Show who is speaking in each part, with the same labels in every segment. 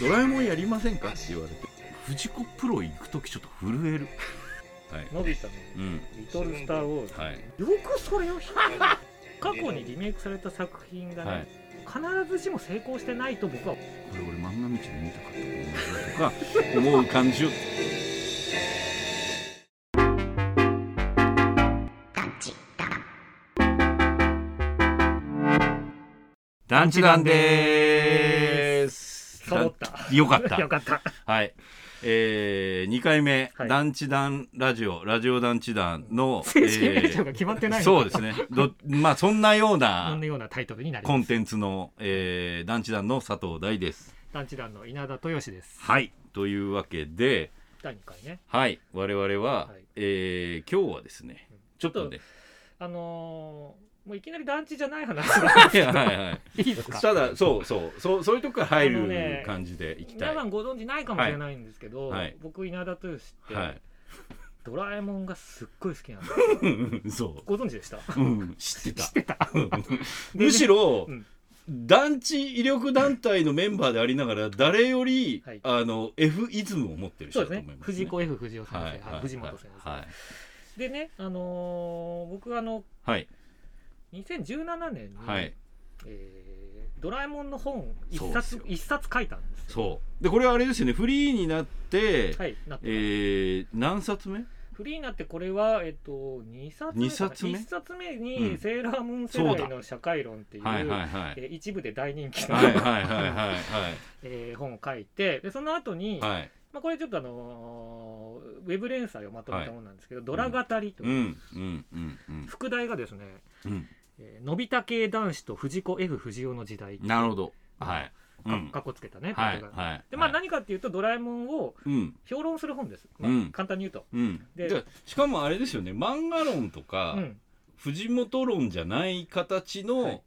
Speaker 1: ドラえもんやりませんか?」って言われて藤子プロ行く時ちょっと震えるはい
Speaker 2: のび太
Speaker 1: う
Speaker 2: の
Speaker 1: ん
Speaker 2: 「リトル・スター・ウォーズ
Speaker 1: はい」
Speaker 2: よくそれを引っ張る過去にリメイクされた作品がね、
Speaker 1: はい
Speaker 2: 必ずしも成功してないと僕は
Speaker 1: これ俺漫画道で見たかったなとか思う感じを団地団でーす
Speaker 2: サボった
Speaker 1: よかった
Speaker 2: よかった
Speaker 1: はいえー、2回目、
Speaker 2: はい
Speaker 1: 団地団ラジオラジオ団地団の
Speaker 2: 正式名称が決まってないの
Speaker 1: そうですねどまあそんなよう
Speaker 2: そ
Speaker 1: なん
Speaker 2: なようなタイトルになり
Speaker 1: コ
Speaker 2: ま
Speaker 1: ン
Speaker 2: す
Speaker 1: テンツの、えー、団地団の佐藤大です。
Speaker 2: 団地団の稲田豊志です
Speaker 1: はいというわけで、
Speaker 2: 第2回ね
Speaker 1: はい、我々は、
Speaker 2: はい
Speaker 1: えー今日はですね
Speaker 2: うん、
Speaker 1: ちょっとね、
Speaker 2: あのー、もういきなり団地じゃない話なんです
Speaker 1: いや はいはい、
Speaker 2: いいですか
Speaker 1: ただそうそうそうそういうとこから入
Speaker 2: あのね
Speaker 1: る感じでいきた
Speaker 2: 皆
Speaker 1: い。
Speaker 2: さんご存知ないかもしれないんですけど、
Speaker 1: はいはい
Speaker 2: 僕稲田豊志って、
Speaker 1: はい、
Speaker 2: ドラえもんがすっごい好きなんです
Speaker 1: そ
Speaker 2: ご存知でした
Speaker 1: う、うん、知ってた。
Speaker 2: てた
Speaker 1: むしろ、
Speaker 2: うん
Speaker 1: 団地威力団体のメンバーでありながら誰より、
Speaker 2: はい
Speaker 1: あの F イズムを持ってる人
Speaker 2: そう
Speaker 1: だと
Speaker 2: です
Speaker 1: 思い
Speaker 2: ね
Speaker 1: ます、ね。
Speaker 2: 藤子 F 不二雄先生、
Speaker 1: はい
Speaker 2: はい
Speaker 1: はい
Speaker 2: 藤本先生、
Speaker 1: はい
Speaker 2: でね、あのー僕あの
Speaker 1: はい
Speaker 2: 2017年に、
Speaker 1: はい。
Speaker 2: えードラえもんの本一
Speaker 1: そうです
Speaker 2: 冊
Speaker 1: よ
Speaker 2: 一冊書いたんですよ
Speaker 1: そうでこれはあれですよねフリーになって、
Speaker 2: はいなって
Speaker 1: えー
Speaker 2: ます
Speaker 1: 何冊目
Speaker 2: フリーになってこれは、えっと、2冊目
Speaker 1: 二冊目
Speaker 2: 1冊目
Speaker 1: う
Speaker 2: に「
Speaker 1: ん
Speaker 2: セーラームーン世
Speaker 1: そ
Speaker 2: 代
Speaker 1: うだ
Speaker 2: の社会論」っていう、
Speaker 1: はいはいはい
Speaker 2: えー一部で大人気の、
Speaker 1: はいはいはいはいはい
Speaker 2: えー本を書いてでその後に、
Speaker 1: はい
Speaker 2: まあ、これちょっとあのーウェブ連載をまとめたものなんですけど「ドラ語り」と
Speaker 1: う
Speaker 2: いう、
Speaker 1: んうんうんうん
Speaker 2: 副題がですね
Speaker 1: うん
Speaker 2: えーのび太系男子と藤子 F 不二雄の時代
Speaker 1: なるほどはいうん
Speaker 2: かっこつけたね、
Speaker 1: はい
Speaker 2: タイトルが
Speaker 1: はい
Speaker 2: でまあ
Speaker 1: はい
Speaker 2: 何かっていうとドラえもんを
Speaker 1: うん
Speaker 2: 評論する本です、まあ
Speaker 1: うん
Speaker 2: 簡単に言うと、
Speaker 1: うん
Speaker 2: で
Speaker 1: じゃあしかもあれですよね漫画論とか、
Speaker 2: うん、
Speaker 1: 藤本論じゃない形の、
Speaker 2: はい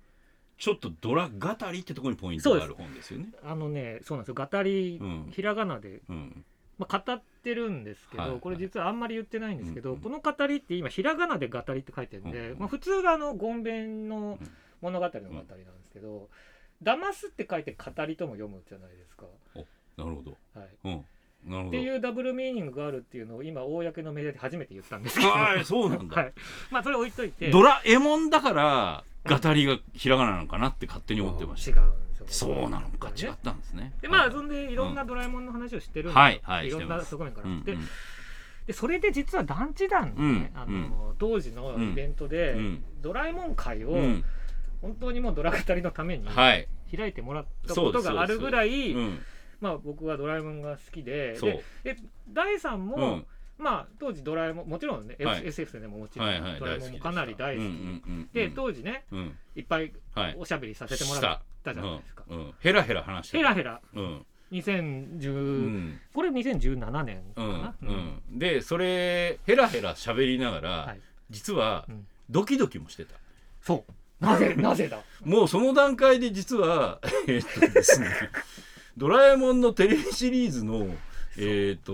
Speaker 1: ちょっとドラ語りってところにポイントがある本ですよね
Speaker 2: あのねそうなんですよ語り、
Speaker 1: うん
Speaker 2: ひらがなで、
Speaker 1: うん
Speaker 2: まあ、語ってるんですけど、
Speaker 1: はいはい
Speaker 2: これ実はあんまり言ってないんですけど、
Speaker 1: うん
Speaker 2: この語りって今ひらがなで語りって書いてるんで、
Speaker 1: うん
Speaker 2: まあ、普通があのごんべんの
Speaker 1: うん
Speaker 2: 物語の語りなんですけど「騙す」って書いて語りとも読むじゃないですか。
Speaker 1: なるほど
Speaker 2: はい
Speaker 1: うんなる
Speaker 2: っ
Speaker 1: ほ
Speaker 2: て
Speaker 1: ど
Speaker 2: いうダブルミーニングがあるっていうのを今公のメディアで初めて言ったんですけど、
Speaker 1: ああ そうなんだ、
Speaker 2: はい、まあそれ置いといて
Speaker 1: ドラえもんだから語りがひらがななのかなって勝手に思ってました
Speaker 2: 違うんですよ
Speaker 1: そうなのか違
Speaker 2: ね
Speaker 1: ったんですね
Speaker 2: でま
Speaker 1: は
Speaker 2: あ
Speaker 1: い
Speaker 2: そんでいろんなドラえもんの話をしてるんですよ
Speaker 1: はいはい
Speaker 2: ろん
Speaker 1: して
Speaker 2: な
Speaker 1: ます
Speaker 2: 側面から、
Speaker 1: うん
Speaker 2: ででそれで実は団地団のね、
Speaker 1: うん
Speaker 2: あの当時のイベントで、
Speaker 1: うん
Speaker 2: ドラえもん会を
Speaker 1: うんうん
Speaker 2: 本当にもうドラ語りのために
Speaker 1: はい
Speaker 2: 開いてもらったことがあるぐらい、
Speaker 1: うん
Speaker 2: まあ、僕はドラえもんが好きで
Speaker 1: そう
Speaker 2: でで大さんも、
Speaker 1: うん
Speaker 2: まあ、当時ドラえもんもちろんね、
Speaker 1: はい
Speaker 2: SF でももちろん、
Speaker 1: はいはい
Speaker 2: ドラえもんもかなり大好き、
Speaker 1: うんうんうん
Speaker 2: で当時ね
Speaker 1: うん
Speaker 2: いっぱい
Speaker 1: はい
Speaker 2: おしゃべりさせてもらったじゃないですか。
Speaker 1: うんうんヘラヘラ話して
Speaker 2: ヘ
Speaker 1: た
Speaker 2: ラヘラ
Speaker 1: うん
Speaker 2: 2010、
Speaker 1: うん
Speaker 2: これ2017年か
Speaker 1: う、
Speaker 2: なん
Speaker 1: うんでそれヘラヘラ喋りなが
Speaker 2: は
Speaker 1: ら
Speaker 2: い
Speaker 1: 実は
Speaker 2: うん
Speaker 1: ドキドキもしてた
Speaker 2: そうなぜな ぜだ
Speaker 1: もうその段階で実は えっとですねドラえもんのテレビシリーズのえっ、と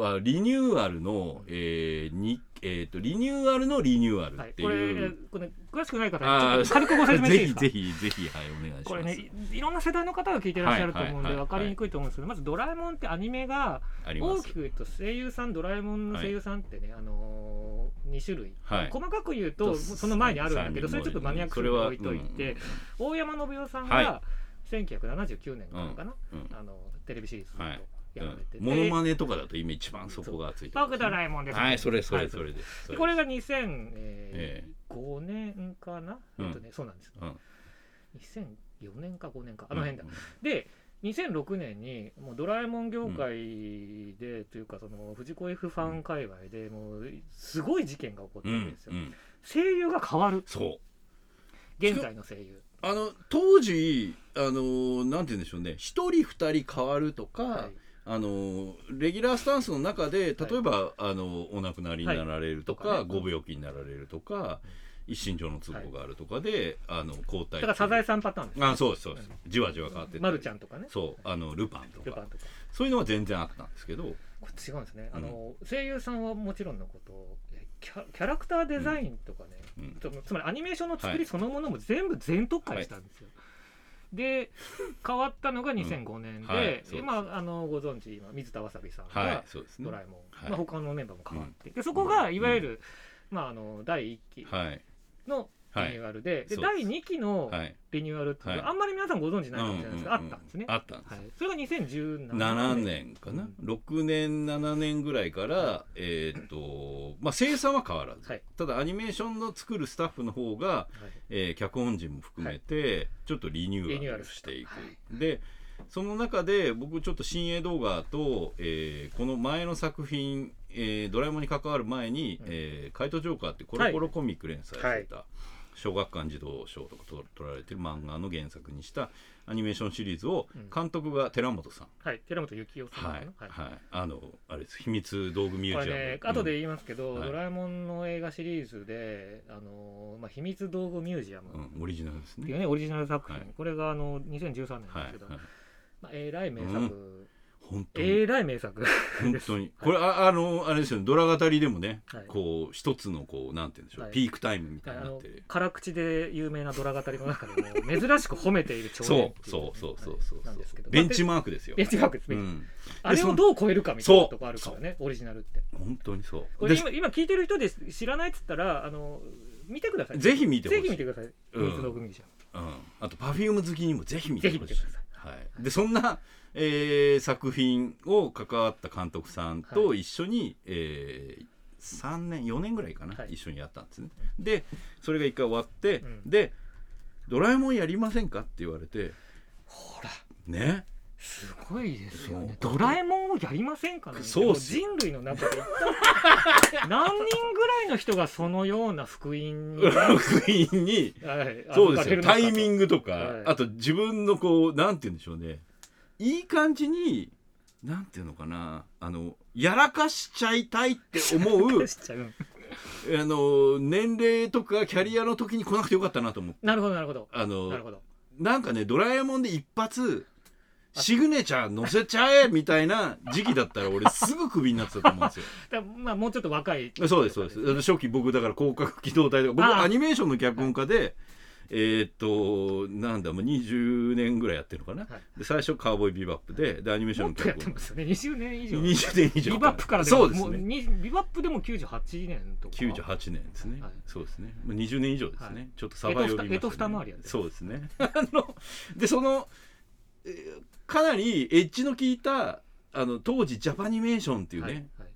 Speaker 1: はリニューアルの、えーにえー、とリニューアルのリニューアル
Speaker 2: はい
Speaker 1: って
Speaker 2: これ
Speaker 1: い
Speaker 2: ね
Speaker 1: う、
Speaker 2: これ詳しくない方
Speaker 1: あ
Speaker 2: に
Speaker 1: ー
Speaker 2: ちょっと軽くご説明してい い
Speaker 1: ぜひ
Speaker 2: ですか
Speaker 1: ぜひぜひはいお願いします
Speaker 2: これねいいろんな世代の方が聞いてらっしゃると思うん
Speaker 1: はいはいは
Speaker 2: で
Speaker 1: いは
Speaker 2: 分
Speaker 1: い
Speaker 2: かりにくいと思うんですけどまず「ドラえもん」ってアニメが
Speaker 1: ありま
Speaker 2: 大
Speaker 1: す
Speaker 2: きく言うと声優さんドラえもんの声優さんってね、あのー、2種類、
Speaker 1: はい
Speaker 2: 細かく言うとその前にあるんだけどそれちょっとマニアックに置いといて、大山信代さん
Speaker 1: は
Speaker 2: が1979年からかな、
Speaker 1: それはうんうんうん
Speaker 2: あのテレビシリーズを
Speaker 1: は
Speaker 2: や
Speaker 1: い
Speaker 2: られてて、
Speaker 1: モノマネとかだと今一番そこが熱いとこ
Speaker 2: 僕ドラえもんです、
Speaker 1: はいそれそ
Speaker 2: は
Speaker 1: れ
Speaker 2: い
Speaker 1: それです、
Speaker 2: でこれ
Speaker 1: が
Speaker 2: が2005
Speaker 1: え
Speaker 2: 年かな、
Speaker 1: うん
Speaker 2: えっとね、そうなんです
Speaker 1: うん
Speaker 2: 2004年か5年かあの辺だ、で2006年にもうドラえもん業界で、というかその藤子 F ファン界隈でもうすごい事件が起こって
Speaker 1: う
Speaker 2: るん
Speaker 1: ん
Speaker 2: ですよ、
Speaker 1: うん
Speaker 2: 声優が変わる
Speaker 1: そう
Speaker 2: 現在の声優
Speaker 1: あの当時あのーなんて言うんでしょうね一人二人変わるとか、
Speaker 2: はい
Speaker 1: あのーレギュラースタンスの中で例えば、あのーお亡くなりになられるとか、
Speaker 2: はいとかね
Speaker 1: ご病気になられるとか、一身上の都合があるとかで、あの交代
Speaker 2: だからサザエさんパターンです
Speaker 1: あそうですそうです、じわじわ変わって
Speaker 2: マルちゃ
Speaker 1: ん
Speaker 2: んとかね
Speaker 1: そうあのルパンと
Speaker 2: ルパ
Speaker 1: か
Speaker 2: ンとか
Speaker 1: そういうのは全然あったんですけど
Speaker 2: これ違うんですね、あの声優さんはもちろんのことえキャキャラクターデザインとかね、
Speaker 1: うん
Speaker 2: つまりアニメーションの作
Speaker 1: は
Speaker 2: り
Speaker 1: い
Speaker 2: そのものも全部全特化したんですよ、で変わったのが2005年で、
Speaker 1: はいそうです
Speaker 2: 今あのご存知今水田わさびさん
Speaker 1: はい、
Speaker 2: が
Speaker 1: そうですね
Speaker 2: ドラえもん、
Speaker 1: はい
Speaker 2: まあ、他のメンバーも変わって、でそこがいわゆる、まあ、あの第1期
Speaker 1: はい
Speaker 2: のリ
Speaker 1: は
Speaker 2: ニ
Speaker 1: い
Speaker 2: ューアルで,、で
Speaker 1: そう
Speaker 2: 第2期の
Speaker 1: はい
Speaker 2: リニューアルっていうのは
Speaker 1: はい
Speaker 2: あんまり皆さんご存知ないかもしれないですけど、
Speaker 1: うう
Speaker 2: あったんですね、
Speaker 1: あったんです
Speaker 2: はい、それが2017
Speaker 1: 7
Speaker 2: 年
Speaker 1: 年かな、
Speaker 2: う
Speaker 1: 6年7年ぐらいから、えーっとまあ、生産は変わらず、
Speaker 2: はい
Speaker 1: ただアニメーションの作るスタッフの方が、
Speaker 2: はい
Speaker 1: えー脚本陣も含めて、ちょっとリニュ
Speaker 2: リニ
Speaker 1: ー
Speaker 2: ュー
Speaker 1: ア
Speaker 2: ア
Speaker 1: ル
Speaker 2: ル
Speaker 1: し
Speaker 2: してて
Speaker 1: い
Speaker 2: い
Speaker 1: く
Speaker 2: く。
Speaker 1: でその中で僕ちょっと新鋭動画と、えーこの前の作品、えードラえもん」に関わる前に
Speaker 2: う
Speaker 1: 「
Speaker 2: ん
Speaker 1: えー怪盗ジョーカー」ってコロコロコミック連載してた、小学館児童賞とかと取られてる漫画の原作にしたアニメーションシリーズを
Speaker 2: うん
Speaker 1: 監督が寺本さん、
Speaker 2: はい、寺本幸雄さ
Speaker 1: は
Speaker 2: んか
Speaker 1: い
Speaker 2: な、
Speaker 1: はいあのあれです秘密道具ミュ
Speaker 2: こ
Speaker 1: ー
Speaker 2: れ
Speaker 1: ジアム、
Speaker 2: ね、
Speaker 1: うん
Speaker 2: 後で言いますけど、
Speaker 1: はい
Speaker 2: ドラえもんの映画シリーズで、あのーまあ、秘密道具ミュージアム
Speaker 1: う
Speaker 2: っ
Speaker 1: んオリジナルです
Speaker 2: ていう
Speaker 1: ね。
Speaker 2: ね、オリジナル作品、
Speaker 1: はい
Speaker 2: これがあの2013年
Speaker 1: はい
Speaker 2: ですけど、
Speaker 1: はい
Speaker 2: まあ、えらい名作、
Speaker 1: 本当に
Speaker 2: えらい名作、
Speaker 1: 本当にこれああのあれですよねドラ語りでもね、
Speaker 2: はい
Speaker 1: こう一つのこうなんて言うんでしょう、
Speaker 2: はい
Speaker 1: ピークタイムみた
Speaker 2: はいい
Speaker 1: に
Speaker 2: あ
Speaker 1: なっ
Speaker 2: の
Speaker 1: てる、
Speaker 2: 辛口で有名なドラ語りの中で も、珍しく褒めている長編
Speaker 1: そうそうそうそうそう
Speaker 2: なんですけど、
Speaker 1: ベンチ
Speaker 2: ま
Speaker 1: マークですよ
Speaker 2: あ、ベンチマークです、
Speaker 1: う
Speaker 2: ベンチ
Speaker 1: ん、
Speaker 2: あれをどう超えるかみたいなとこあるからね、オリジナルって。
Speaker 1: 本当にそう
Speaker 2: これ
Speaker 1: で
Speaker 2: 今今聞いてる人で知らないっつったら、あの見てください。
Speaker 1: ぜひ見てほしい
Speaker 2: ぜひ見てください。秘密道具ミュージアム。
Speaker 1: うん、あとパフューム好きにもぜひ見てほしい
Speaker 2: ぜひ見てくだ
Speaker 1: はい、でそんな、えー作品を関わった監督さんと一緒に、えー3年4年ぐらいかな、
Speaker 2: はい
Speaker 1: 一緒にやったんですねでそれが一回終わって、
Speaker 2: うん
Speaker 1: で「ドラえもんやりませんか?」って言われて
Speaker 2: ほら。
Speaker 1: ね
Speaker 2: すごいですよね。
Speaker 1: そう
Speaker 2: ドラえもんをやりませんかね。
Speaker 1: そうっすよ
Speaker 2: 人類の中で一体何人ぐらいの人がそのような福音 に、は
Speaker 1: クイーンに
Speaker 2: い、
Speaker 1: そうですよタイミ
Speaker 2: グ。
Speaker 1: ングとか、
Speaker 2: はい
Speaker 1: あと自分のこうなんて言うんでしょうねいい感じになんていうのかなあのやらかしちゃいたいって思う
Speaker 2: しちゃう
Speaker 1: あの年齢とかキャリアの時に来なくてよかったなと思う
Speaker 2: なるほどなるほど。
Speaker 1: あ
Speaker 2: なるほ
Speaker 1: の
Speaker 2: ど。
Speaker 1: なんかね「ドラえもん」で一発シグネチャー乗せちゃえみたいな時期だったら俺すぐクビになってたと思うんですよ。
Speaker 2: だまあもうちょっと若い。
Speaker 1: そうですそうです。あの初期僕だから広角機動隊とか僕
Speaker 2: ああ
Speaker 1: アニメーションの脚本家で。えーっとなんだもう20年ぐらいやってるのかな、
Speaker 2: は
Speaker 1: で最初「カウボーイビバップで」でアニメーション
Speaker 2: も
Speaker 1: の
Speaker 2: っとやっ
Speaker 1: 脚
Speaker 2: て
Speaker 1: 本
Speaker 2: ますよね。20年以上。
Speaker 1: 20年以上
Speaker 2: ビバップからで
Speaker 1: そ
Speaker 2: も
Speaker 1: うです
Speaker 2: もう
Speaker 1: ね
Speaker 2: にビバップでも98年とか。
Speaker 1: 98年ですね、
Speaker 2: はい
Speaker 1: そうですね、まあ、20年以上ですね、
Speaker 2: はい
Speaker 1: ちょっとサバより
Speaker 2: えとふたえとふた回りやってる
Speaker 1: そうです ねあのでそのえーかなりエッジの効いたあの当時ジャパニメーションっていう
Speaker 2: は
Speaker 1: ね、
Speaker 2: い。はいはい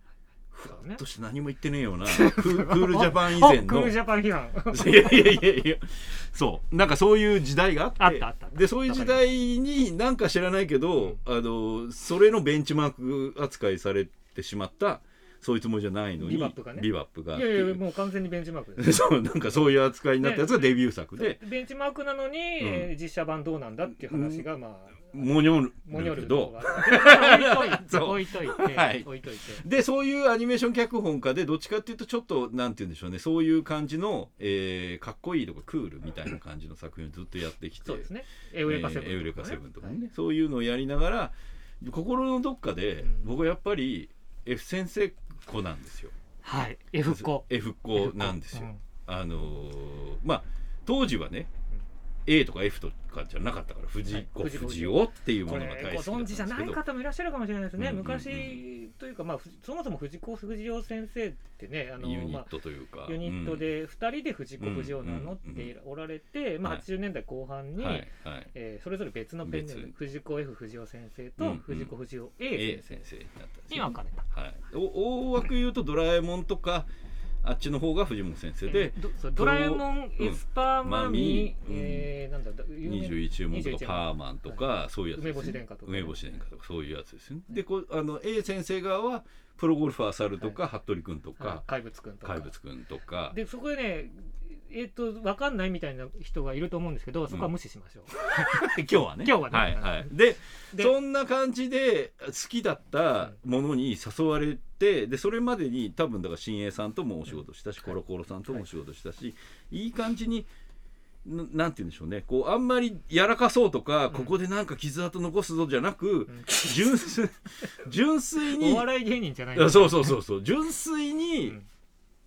Speaker 1: ふわ
Speaker 2: そうね
Speaker 1: っとして何も言ってねえよなク ークールジャパン以前
Speaker 2: あクー
Speaker 1: の
Speaker 2: ルジャパン批判。
Speaker 1: いやいやいやいやそうなんかそういう時代があ
Speaker 2: あ
Speaker 1: っ
Speaker 2: ってたあった
Speaker 1: でそういう時代になんか知らないけど、あのそれのベンチマーク扱いされてしまったそういうつもりじゃないのに
Speaker 2: ビバップがね
Speaker 1: ビバップが
Speaker 2: いやいやもう完全にベンチマークです。
Speaker 1: そうなんかそういう扱いになったやつがデビュー作で、
Speaker 2: ベンチマークなのに、えー実写版どうなんだっていう話がまあ、
Speaker 1: モニョル
Speaker 2: モニョル
Speaker 1: け
Speaker 2: と
Speaker 1: ど
Speaker 2: かが
Speaker 1: そう
Speaker 2: 置いといて置いといて、
Speaker 1: はい
Speaker 2: 置いといて
Speaker 1: でそういうアニメーション脚本家でどっちかっていうとちょっとなんて言うんでしょうねそういう感じの、えーかっこいいとかクールみたいな感じの作品をずっとやってきて
Speaker 2: そうですねエウレカセ
Speaker 1: えーエウ
Speaker 2: ブ
Speaker 1: レ
Speaker 2: ンと
Speaker 1: カ
Speaker 2: か
Speaker 1: セ
Speaker 2: ね
Speaker 1: ブンとかね、そういうのをやりながら心のどっかで、
Speaker 2: うん
Speaker 1: 僕はやっぱり F 先生子なんですよ
Speaker 2: はいはい F 子
Speaker 1: F 子なんですよ、
Speaker 2: うん
Speaker 1: あのーまあ当時はね、A とか F とかじゃなかったから藤子
Speaker 2: はい
Speaker 1: 不二雄っていう
Speaker 2: こ
Speaker 1: ものが
Speaker 2: れ
Speaker 1: 大
Speaker 2: ご
Speaker 1: 好きだったん
Speaker 2: 存
Speaker 1: です
Speaker 2: 知じ
Speaker 1: け
Speaker 2: ゃ
Speaker 1: ど
Speaker 2: ない方もいらっしゃるかもしれないですね、
Speaker 1: うんうんうん
Speaker 2: 昔というか、まあ、ふそもそも藤子不二雄先生ってねあの
Speaker 1: ユニ
Speaker 2: ま
Speaker 1: ッ
Speaker 2: あ
Speaker 1: トというか、
Speaker 2: ユニットで2人で藤子不二雄なのっ
Speaker 1: うんうん
Speaker 2: ておられて、ま
Speaker 1: は
Speaker 2: あ、
Speaker 1: い
Speaker 2: 80年代後半
Speaker 1: うん
Speaker 2: に、
Speaker 1: はいはい
Speaker 2: えーそれぞれ別のペンネーム
Speaker 1: 別
Speaker 2: 藤子 F 不二雄先生
Speaker 1: うんう
Speaker 2: と
Speaker 1: ん
Speaker 2: 藤子不二雄
Speaker 1: A
Speaker 2: A
Speaker 1: 先
Speaker 2: 先
Speaker 1: 生になったんです
Speaker 2: 生
Speaker 1: ね
Speaker 2: に分かれた。
Speaker 1: はい、お大枠言うと「ドラえもん」とかあっちの方が藤本先生で
Speaker 2: どそうドラえもん、
Speaker 1: うん
Speaker 2: エスパー
Speaker 1: マ
Speaker 2: マミー、
Speaker 1: ミーうん
Speaker 2: えー、なんだろう、有名
Speaker 1: 21注文と
Speaker 2: 21
Speaker 1: か
Speaker 2: 注文
Speaker 1: パーマンとか、そういうやつです、ね、
Speaker 2: 梅干し殿下とかね
Speaker 1: 梅干し殿下とかそういうやつですよねでこうあの A 先生側はプロゴルファー猿とか、服部君とか、
Speaker 2: はい怪物くんとか。
Speaker 1: 怪物君とか
Speaker 2: で、そこでね、えっ、と、わかんないみたいな人がいると思うんですけど、そこは無視しましょう。
Speaker 1: 今日はね
Speaker 2: 今日はね
Speaker 1: はいはい、で
Speaker 2: で
Speaker 1: そんな感じで好きだったものに誘われてでそれまでに多分だから新栄さんともお仕事したし、
Speaker 2: うん
Speaker 1: コロコロさんともお仕事したし、い、い感じに。ななんて言うんでしょうねこうあんまりやらかそうとか、
Speaker 2: ん
Speaker 1: ここでなんか傷跡残すぞじゃなく、
Speaker 2: うん
Speaker 1: 純 粋純粋に
Speaker 2: お笑い芸人じゃない
Speaker 1: いやそうそうそうそう純粋に
Speaker 2: うん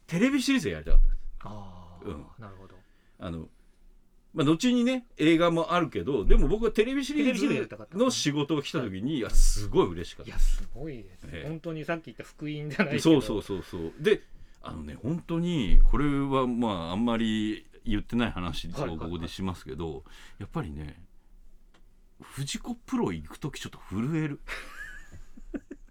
Speaker 1: テレビシリーズやりたかったです
Speaker 2: ああ、
Speaker 1: うん
Speaker 2: なるほど。
Speaker 1: あのまあ、後にね映画もあるけどでも僕はテレビシリ
Speaker 2: テレビシリーズやり
Speaker 1: ー
Speaker 2: たかった
Speaker 1: ズの仕事を来た時にいやすごい嬉しかっ
Speaker 2: い
Speaker 1: た
Speaker 2: やすごいです、
Speaker 1: ええ
Speaker 2: 本当にさっき言った福音じゃないけど
Speaker 1: そうそうそうそうであのね本当にこれはまああんまり言ってない話を
Speaker 2: はいはいは
Speaker 1: こ
Speaker 2: い
Speaker 1: こでしますけど、やっぱりね藤子プロ行く時ちょっと震え る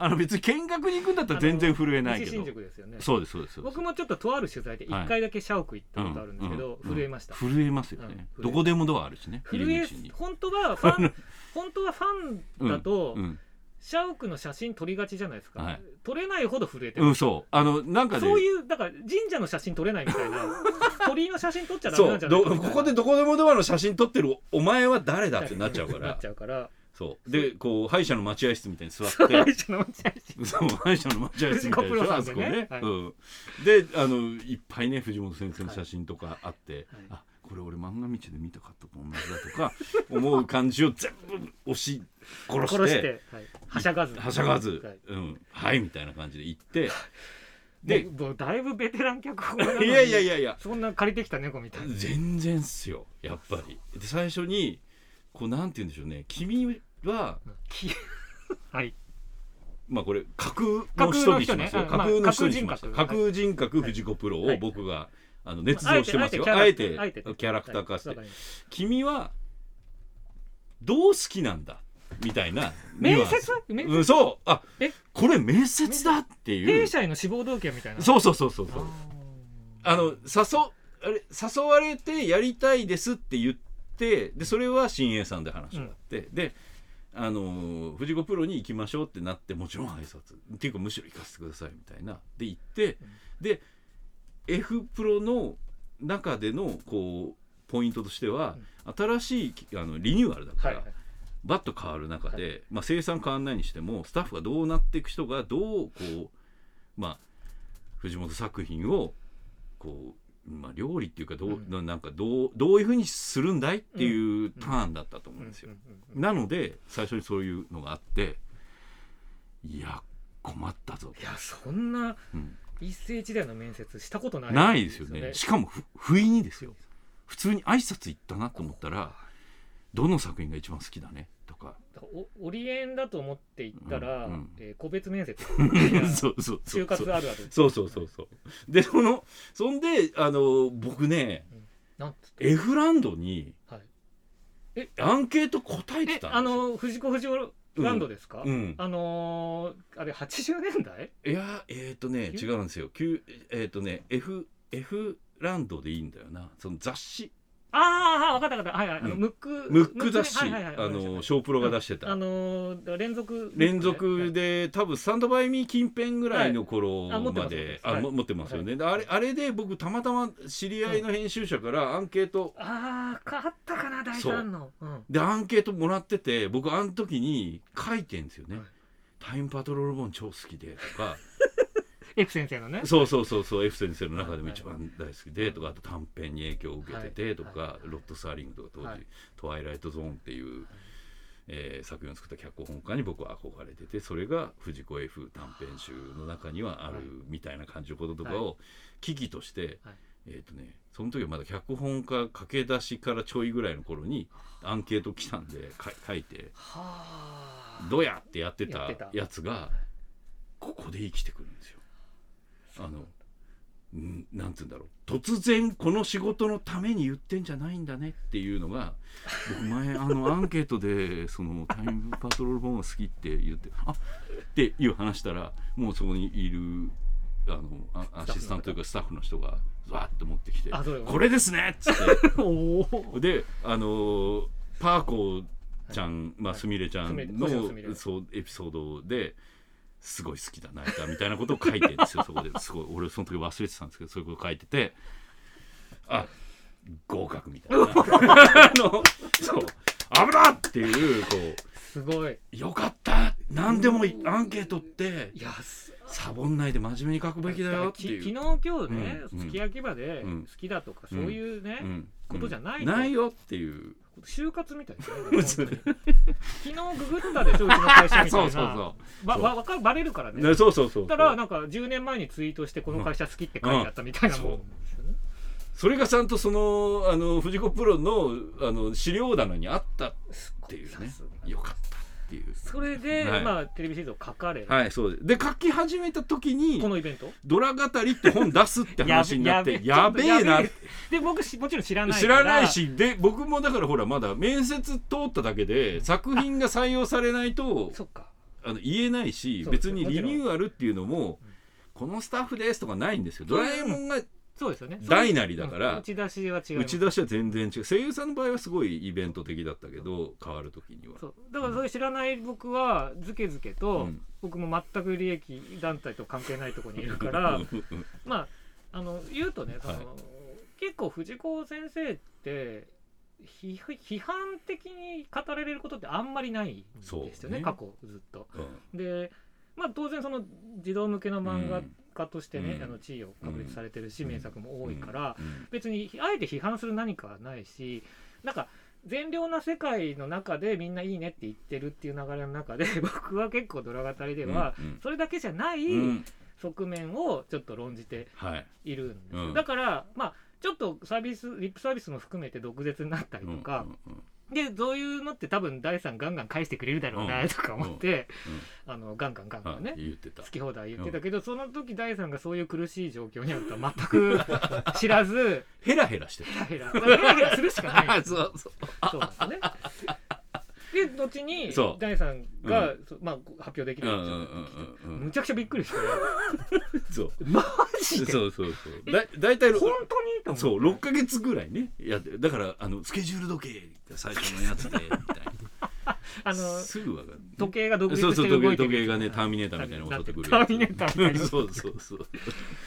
Speaker 1: あの別に見学に行くんだったら全然震えないけ
Speaker 2: 西新
Speaker 1: ど
Speaker 2: 宿ですよね
Speaker 1: そうですそうですそうです
Speaker 2: 僕もちょっととある取材で
Speaker 1: はい
Speaker 2: 1回だけ社屋行ったことあるんですけど、
Speaker 1: うんうん
Speaker 2: 震えました、
Speaker 1: 震えますよ
Speaker 2: うん震
Speaker 1: ね、
Speaker 2: え
Speaker 1: どこでもドアあるしね
Speaker 2: 震え
Speaker 1: 入り口に、
Speaker 2: 本当はファン本当はファンだと、
Speaker 1: うん
Speaker 2: 社屋の写真撮りがちじゃないですか、
Speaker 1: はい
Speaker 2: 撮れないほど震えて
Speaker 1: う
Speaker 2: ま
Speaker 1: ん、
Speaker 2: す、
Speaker 1: そうあのなんかね
Speaker 2: そういうだから神社の写真撮れないみた いな鳥居の写真撮っちゃダメ
Speaker 1: そ
Speaker 2: なん
Speaker 1: う
Speaker 2: じゃない
Speaker 1: ど
Speaker 2: かみたい
Speaker 1: こ
Speaker 2: な
Speaker 1: こでどこでもドアの写真撮ってるお前は誰だってなっちゃうか
Speaker 2: な
Speaker 1: ら
Speaker 2: っちゃうから
Speaker 1: そうでこう歯医者の待合室みたいに座
Speaker 2: そ
Speaker 1: っ
Speaker 2: う
Speaker 1: て
Speaker 2: 一緒の待ち合わせ
Speaker 1: そう歯医者の待合室みたい
Speaker 2: 藤子
Speaker 1: な
Speaker 2: プロ
Speaker 1: あ
Speaker 2: さ
Speaker 1: そ
Speaker 2: ん
Speaker 1: こ
Speaker 2: で
Speaker 1: ね
Speaker 2: ね、
Speaker 1: うんであのいっぱいね藤本先生の写真とかあって、
Speaker 2: はい
Speaker 1: あこれ俺漫画道で見たかったと同じだとか 思う感じを全部押し殺して
Speaker 2: 殺して、はい、はしゃがず
Speaker 1: はしゃがず、
Speaker 2: はい
Speaker 1: うん、はいみたいな感じで行って
Speaker 2: で
Speaker 1: で
Speaker 2: もうだいぶベテラン脚本家なのに
Speaker 1: いやいやいやいや
Speaker 2: そんな借りてきた猫みたいな
Speaker 1: 全然っすよやっぱりで最初にこうなんて言うんでしょうね君は
Speaker 2: き はい
Speaker 1: まあこれ架空の人にしますよ架
Speaker 2: 架
Speaker 1: 空
Speaker 2: 空
Speaker 1: の
Speaker 2: の
Speaker 1: 人
Speaker 2: 人
Speaker 1: に
Speaker 2: ね
Speaker 1: します
Speaker 2: うんまあ
Speaker 1: 架空人格
Speaker 2: はい
Speaker 1: 藤子プロ
Speaker 2: は
Speaker 1: を
Speaker 2: い
Speaker 1: 僕があの捏造してますよ
Speaker 2: まあ
Speaker 1: あえて
Speaker 2: あえて
Speaker 1: キャラクター化して
Speaker 2: はいわかりまし
Speaker 1: 君はどう好きなんだみたいな
Speaker 2: た面
Speaker 1: ニュアンス
Speaker 2: 接面接
Speaker 1: うんそうあ
Speaker 2: え
Speaker 1: これ面接だってい
Speaker 2: 弊
Speaker 1: う
Speaker 2: 社への志望動機みたいなう
Speaker 1: そうそうそうそうそうあの誘あれ誘われてやりたいですって言ってでそれは新栄さんで話があって、であのー藤子プロに行きましょうってなってもちろん挨拶っていうかむしろ行かせてくださいみたいなで行って、で F プロの中でのこうポイントとしては、新しいあのリニューアルだか
Speaker 2: は
Speaker 1: ら、
Speaker 2: いはい
Speaker 1: バッと変わる中で、まあ、生産変わんないにしてもスタッフがどうなっていく人がどうこう、まあ、藤本作品をこう、まあ、料理っていうかどう、
Speaker 2: う
Speaker 1: なんかどうどういうふうにするんだいっていうターンだったと思
Speaker 2: う
Speaker 1: うん
Speaker 2: ん
Speaker 1: ですよ。
Speaker 2: うんうん
Speaker 1: なので最初にそういうのがあっていや困ったぞ
Speaker 2: い、やそんな
Speaker 1: うん
Speaker 2: 一世一代の面接したことない
Speaker 1: ないですよねしかもふ不意にですよ普通に挨拶行ったなと思ったらどの作品が一番好きだねとか
Speaker 2: おオリエンだと思って行ったら、
Speaker 1: うんうん
Speaker 2: えー個別面接
Speaker 1: そうそうそうそう
Speaker 2: 就活あるある
Speaker 1: そうそうそうそう。でそのそんであの僕ね
Speaker 2: なんつって、
Speaker 1: F ランドに
Speaker 2: はい、
Speaker 1: アンケート答えて
Speaker 2: え
Speaker 1: た
Speaker 2: あ
Speaker 1: んですよ。
Speaker 2: の藤子不二雄ランドですか、
Speaker 1: うん、
Speaker 2: あのー、あれ80年代
Speaker 1: いやえっ、とね違うんですよ。旧えっ、とね F F ランドでいいんだよな。その雑誌
Speaker 2: ああ分かった分かったはいはい、あの
Speaker 1: うん
Speaker 2: ムック
Speaker 1: ムック雑誌、
Speaker 2: ねはいはいはい
Speaker 1: あ
Speaker 2: わかりま
Speaker 1: の
Speaker 2: し
Speaker 1: ショープロが出して
Speaker 2: た
Speaker 1: た。
Speaker 2: あのー、連続
Speaker 1: 連
Speaker 2: は
Speaker 1: 続
Speaker 2: い
Speaker 1: で多分スタンドバイミー近辺ぐらいの頃
Speaker 2: はいあ持って
Speaker 1: ま
Speaker 2: ます
Speaker 1: で、
Speaker 2: はい
Speaker 1: あも持ってますよね、であれあれで僕たまたま知り合いの編集者からアンケート
Speaker 2: あああったかな第三のう、ん、
Speaker 1: でアンケートもらってて僕あの時に書いてんですよね、
Speaker 2: はい
Speaker 1: タイムパトロール本超好きで」とか
Speaker 2: エフ先生のね
Speaker 1: そうそうそうそう F 先生の中でも一
Speaker 2: は
Speaker 1: 番大好きでとかあと短編に影響を受けててとか、
Speaker 2: はいはい
Speaker 1: ロッド・サーリングとか当時、
Speaker 2: はい
Speaker 1: トワイライト・ゾーン」っていう、えー作品を作った脚本家に僕は憧れててそれが藤子 F 短編集の中にはあ
Speaker 2: はい
Speaker 1: るみたいな感じのこととかを危機として、
Speaker 2: はい
Speaker 1: えっ、とねその時はまだ脚本家駆け出しからちょいぐらいの頃にアンケート来たんでか書いて。
Speaker 2: は
Speaker 1: どやってやって
Speaker 2: や
Speaker 1: た
Speaker 2: ってた
Speaker 1: やつがここで生きてくるんですよ。あのんなんつうんだろう突然この仕事のために言ってんじゃないんだねっていうの が僕前あのアンケートでそのタイムパトロール本が好きって言ってあっていう話したらもうそこにいるあのあアシスタントというかスタッフの人がわーって持ってきて
Speaker 2: あど
Speaker 1: 「
Speaker 2: れ
Speaker 1: これですね!」っつって。
Speaker 2: おお
Speaker 1: であのーパーコちゃん、まあ
Speaker 2: はい
Speaker 1: すみれちゃん
Speaker 2: すみれ個性のすみ
Speaker 1: の
Speaker 2: れ
Speaker 1: そうエピソードですごい好きだ泣いたみたいなことを書いてるん ですよそこですごい俺その時忘れてたんですけどそういうこと書いててあ合格みたい なあのそう危なっていうこ
Speaker 2: すごいう
Speaker 1: よかった何でもいいアンケートって
Speaker 2: いやす
Speaker 1: サボんないで真面目に書くべきだよっていう。
Speaker 2: だからき昨日今日ね、
Speaker 1: うん
Speaker 2: すき焼き場で
Speaker 1: うん
Speaker 2: 好きだとか、そういうね、
Speaker 1: うん
Speaker 2: ことじゃない
Speaker 1: うん
Speaker 2: の
Speaker 1: ないよっていう
Speaker 2: 就活みたいですね本当に昨日ググったでしょうちの会社みたい な
Speaker 1: そうそうそ
Speaker 2: ば
Speaker 1: そう
Speaker 2: ばわかバレるから
Speaker 1: う、
Speaker 2: ね
Speaker 1: ね、そうそうそうそう
Speaker 2: だからなんか10年前にツイートしてこの会社好きって書いてあったみたいなもんですよね、
Speaker 1: それがちゃんとそのあの藤子プロのあの資料棚にあったっていうね
Speaker 2: さすが
Speaker 1: よかったっていう
Speaker 2: それで、
Speaker 1: はい
Speaker 2: まあテレビシリーズを書かれ、
Speaker 1: はいそうですで書き始めた時に
Speaker 2: このイベント
Speaker 1: 「ドラ語り」って本出すって話になってやべえなって
Speaker 2: で僕しもちろん知らない
Speaker 1: 知
Speaker 2: から
Speaker 1: らないしで僕もだからほらまだ面接通っただけで作品が採用されないと
Speaker 2: そっか
Speaker 1: あの言えないし
Speaker 2: そう
Speaker 1: 別に
Speaker 2: もち
Speaker 1: リ
Speaker 2: ろん
Speaker 1: ニューアルっていうのも
Speaker 2: うん
Speaker 1: このスタッフですとかないんですよドラえもんが
Speaker 2: そうですよね
Speaker 1: 大なりだから
Speaker 2: うん打ち出しは違う
Speaker 1: 打ち出しは全然違う声優さんの場合はすごいイベント的だったけど変わる時には。
Speaker 2: そうだからそれ知らない僕はずけずけと、
Speaker 1: うん
Speaker 2: 僕も全く利益団体と関係ないところにいるから まああの言うとねその、
Speaker 1: はい
Speaker 2: 結構藤子先生って批批判的に語られることってあんまりないんですよ
Speaker 1: そう
Speaker 2: ね
Speaker 1: ね
Speaker 2: 過去ずっと。
Speaker 1: うん
Speaker 2: でまあ当然その児童向けの漫画家としてね、
Speaker 1: うん
Speaker 2: あの地位を確立されてるし、
Speaker 1: うん
Speaker 2: 名作も多いから、
Speaker 1: うん
Speaker 2: 別にあえて批判する何かはないしなんか善良な世界の中でみんないいねって言ってるっていう流れの中で 僕は結構ドラ語りでは、
Speaker 1: うん
Speaker 2: それだけじゃない
Speaker 1: うんうん
Speaker 2: 側面をちょっと論じて
Speaker 1: はい
Speaker 2: いるんですよ、
Speaker 1: うん
Speaker 2: だからまあちょっとサービスリップサービスも含めて毒舌になったりとか、
Speaker 1: うんうん
Speaker 2: でそういうのって多分第三ガンガン返してくれるだろうなとか思って、 あのガンガンガン
Speaker 1: うん
Speaker 2: ガン
Speaker 1: は
Speaker 2: ね
Speaker 1: い、言ってた
Speaker 2: 好。き放題言ってたけど、その時第三がそういう苦しい状況にあるとは全く知らず
Speaker 1: ヘラヘラしてた。
Speaker 2: ヘラヘラヘラヘラするしかな い
Speaker 1: そうそう
Speaker 2: そうなんですねで後に
Speaker 1: そう
Speaker 2: 第三が、そまあ、発表でき
Speaker 1: う
Speaker 2: る
Speaker 1: んう
Speaker 2: ようんになって
Speaker 1: うんうん
Speaker 2: むちゃくちゃびっくりして
Speaker 1: そう
Speaker 2: マ
Speaker 1: そ
Speaker 2: ジ
Speaker 1: う
Speaker 2: で
Speaker 1: そうそうだだいたい
Speaker 2: 本当にと思って
Speaker 1: そう6ヶ月ぐらいねやってだからあのスケジュール時計が最初のやつでみたい
Speaker 2: あ
Speaker 1: な
Speaker 2: の
Speaker 1: すぐわかる
Speaker 2: 時計が独立
Speaker 1: そう
Speaker 2: し
Speaker 1: そう
Speaker 2: て
Speaker 1: 時計
Speaker 2: 動いて
Speaker 1: 時
Speaker 2: る
Speaker 1: 計がねターミネーターみたいに襲ってくる
Speaker 2: ターミネーターみたいに 襲
Speaker 1: そうそうそう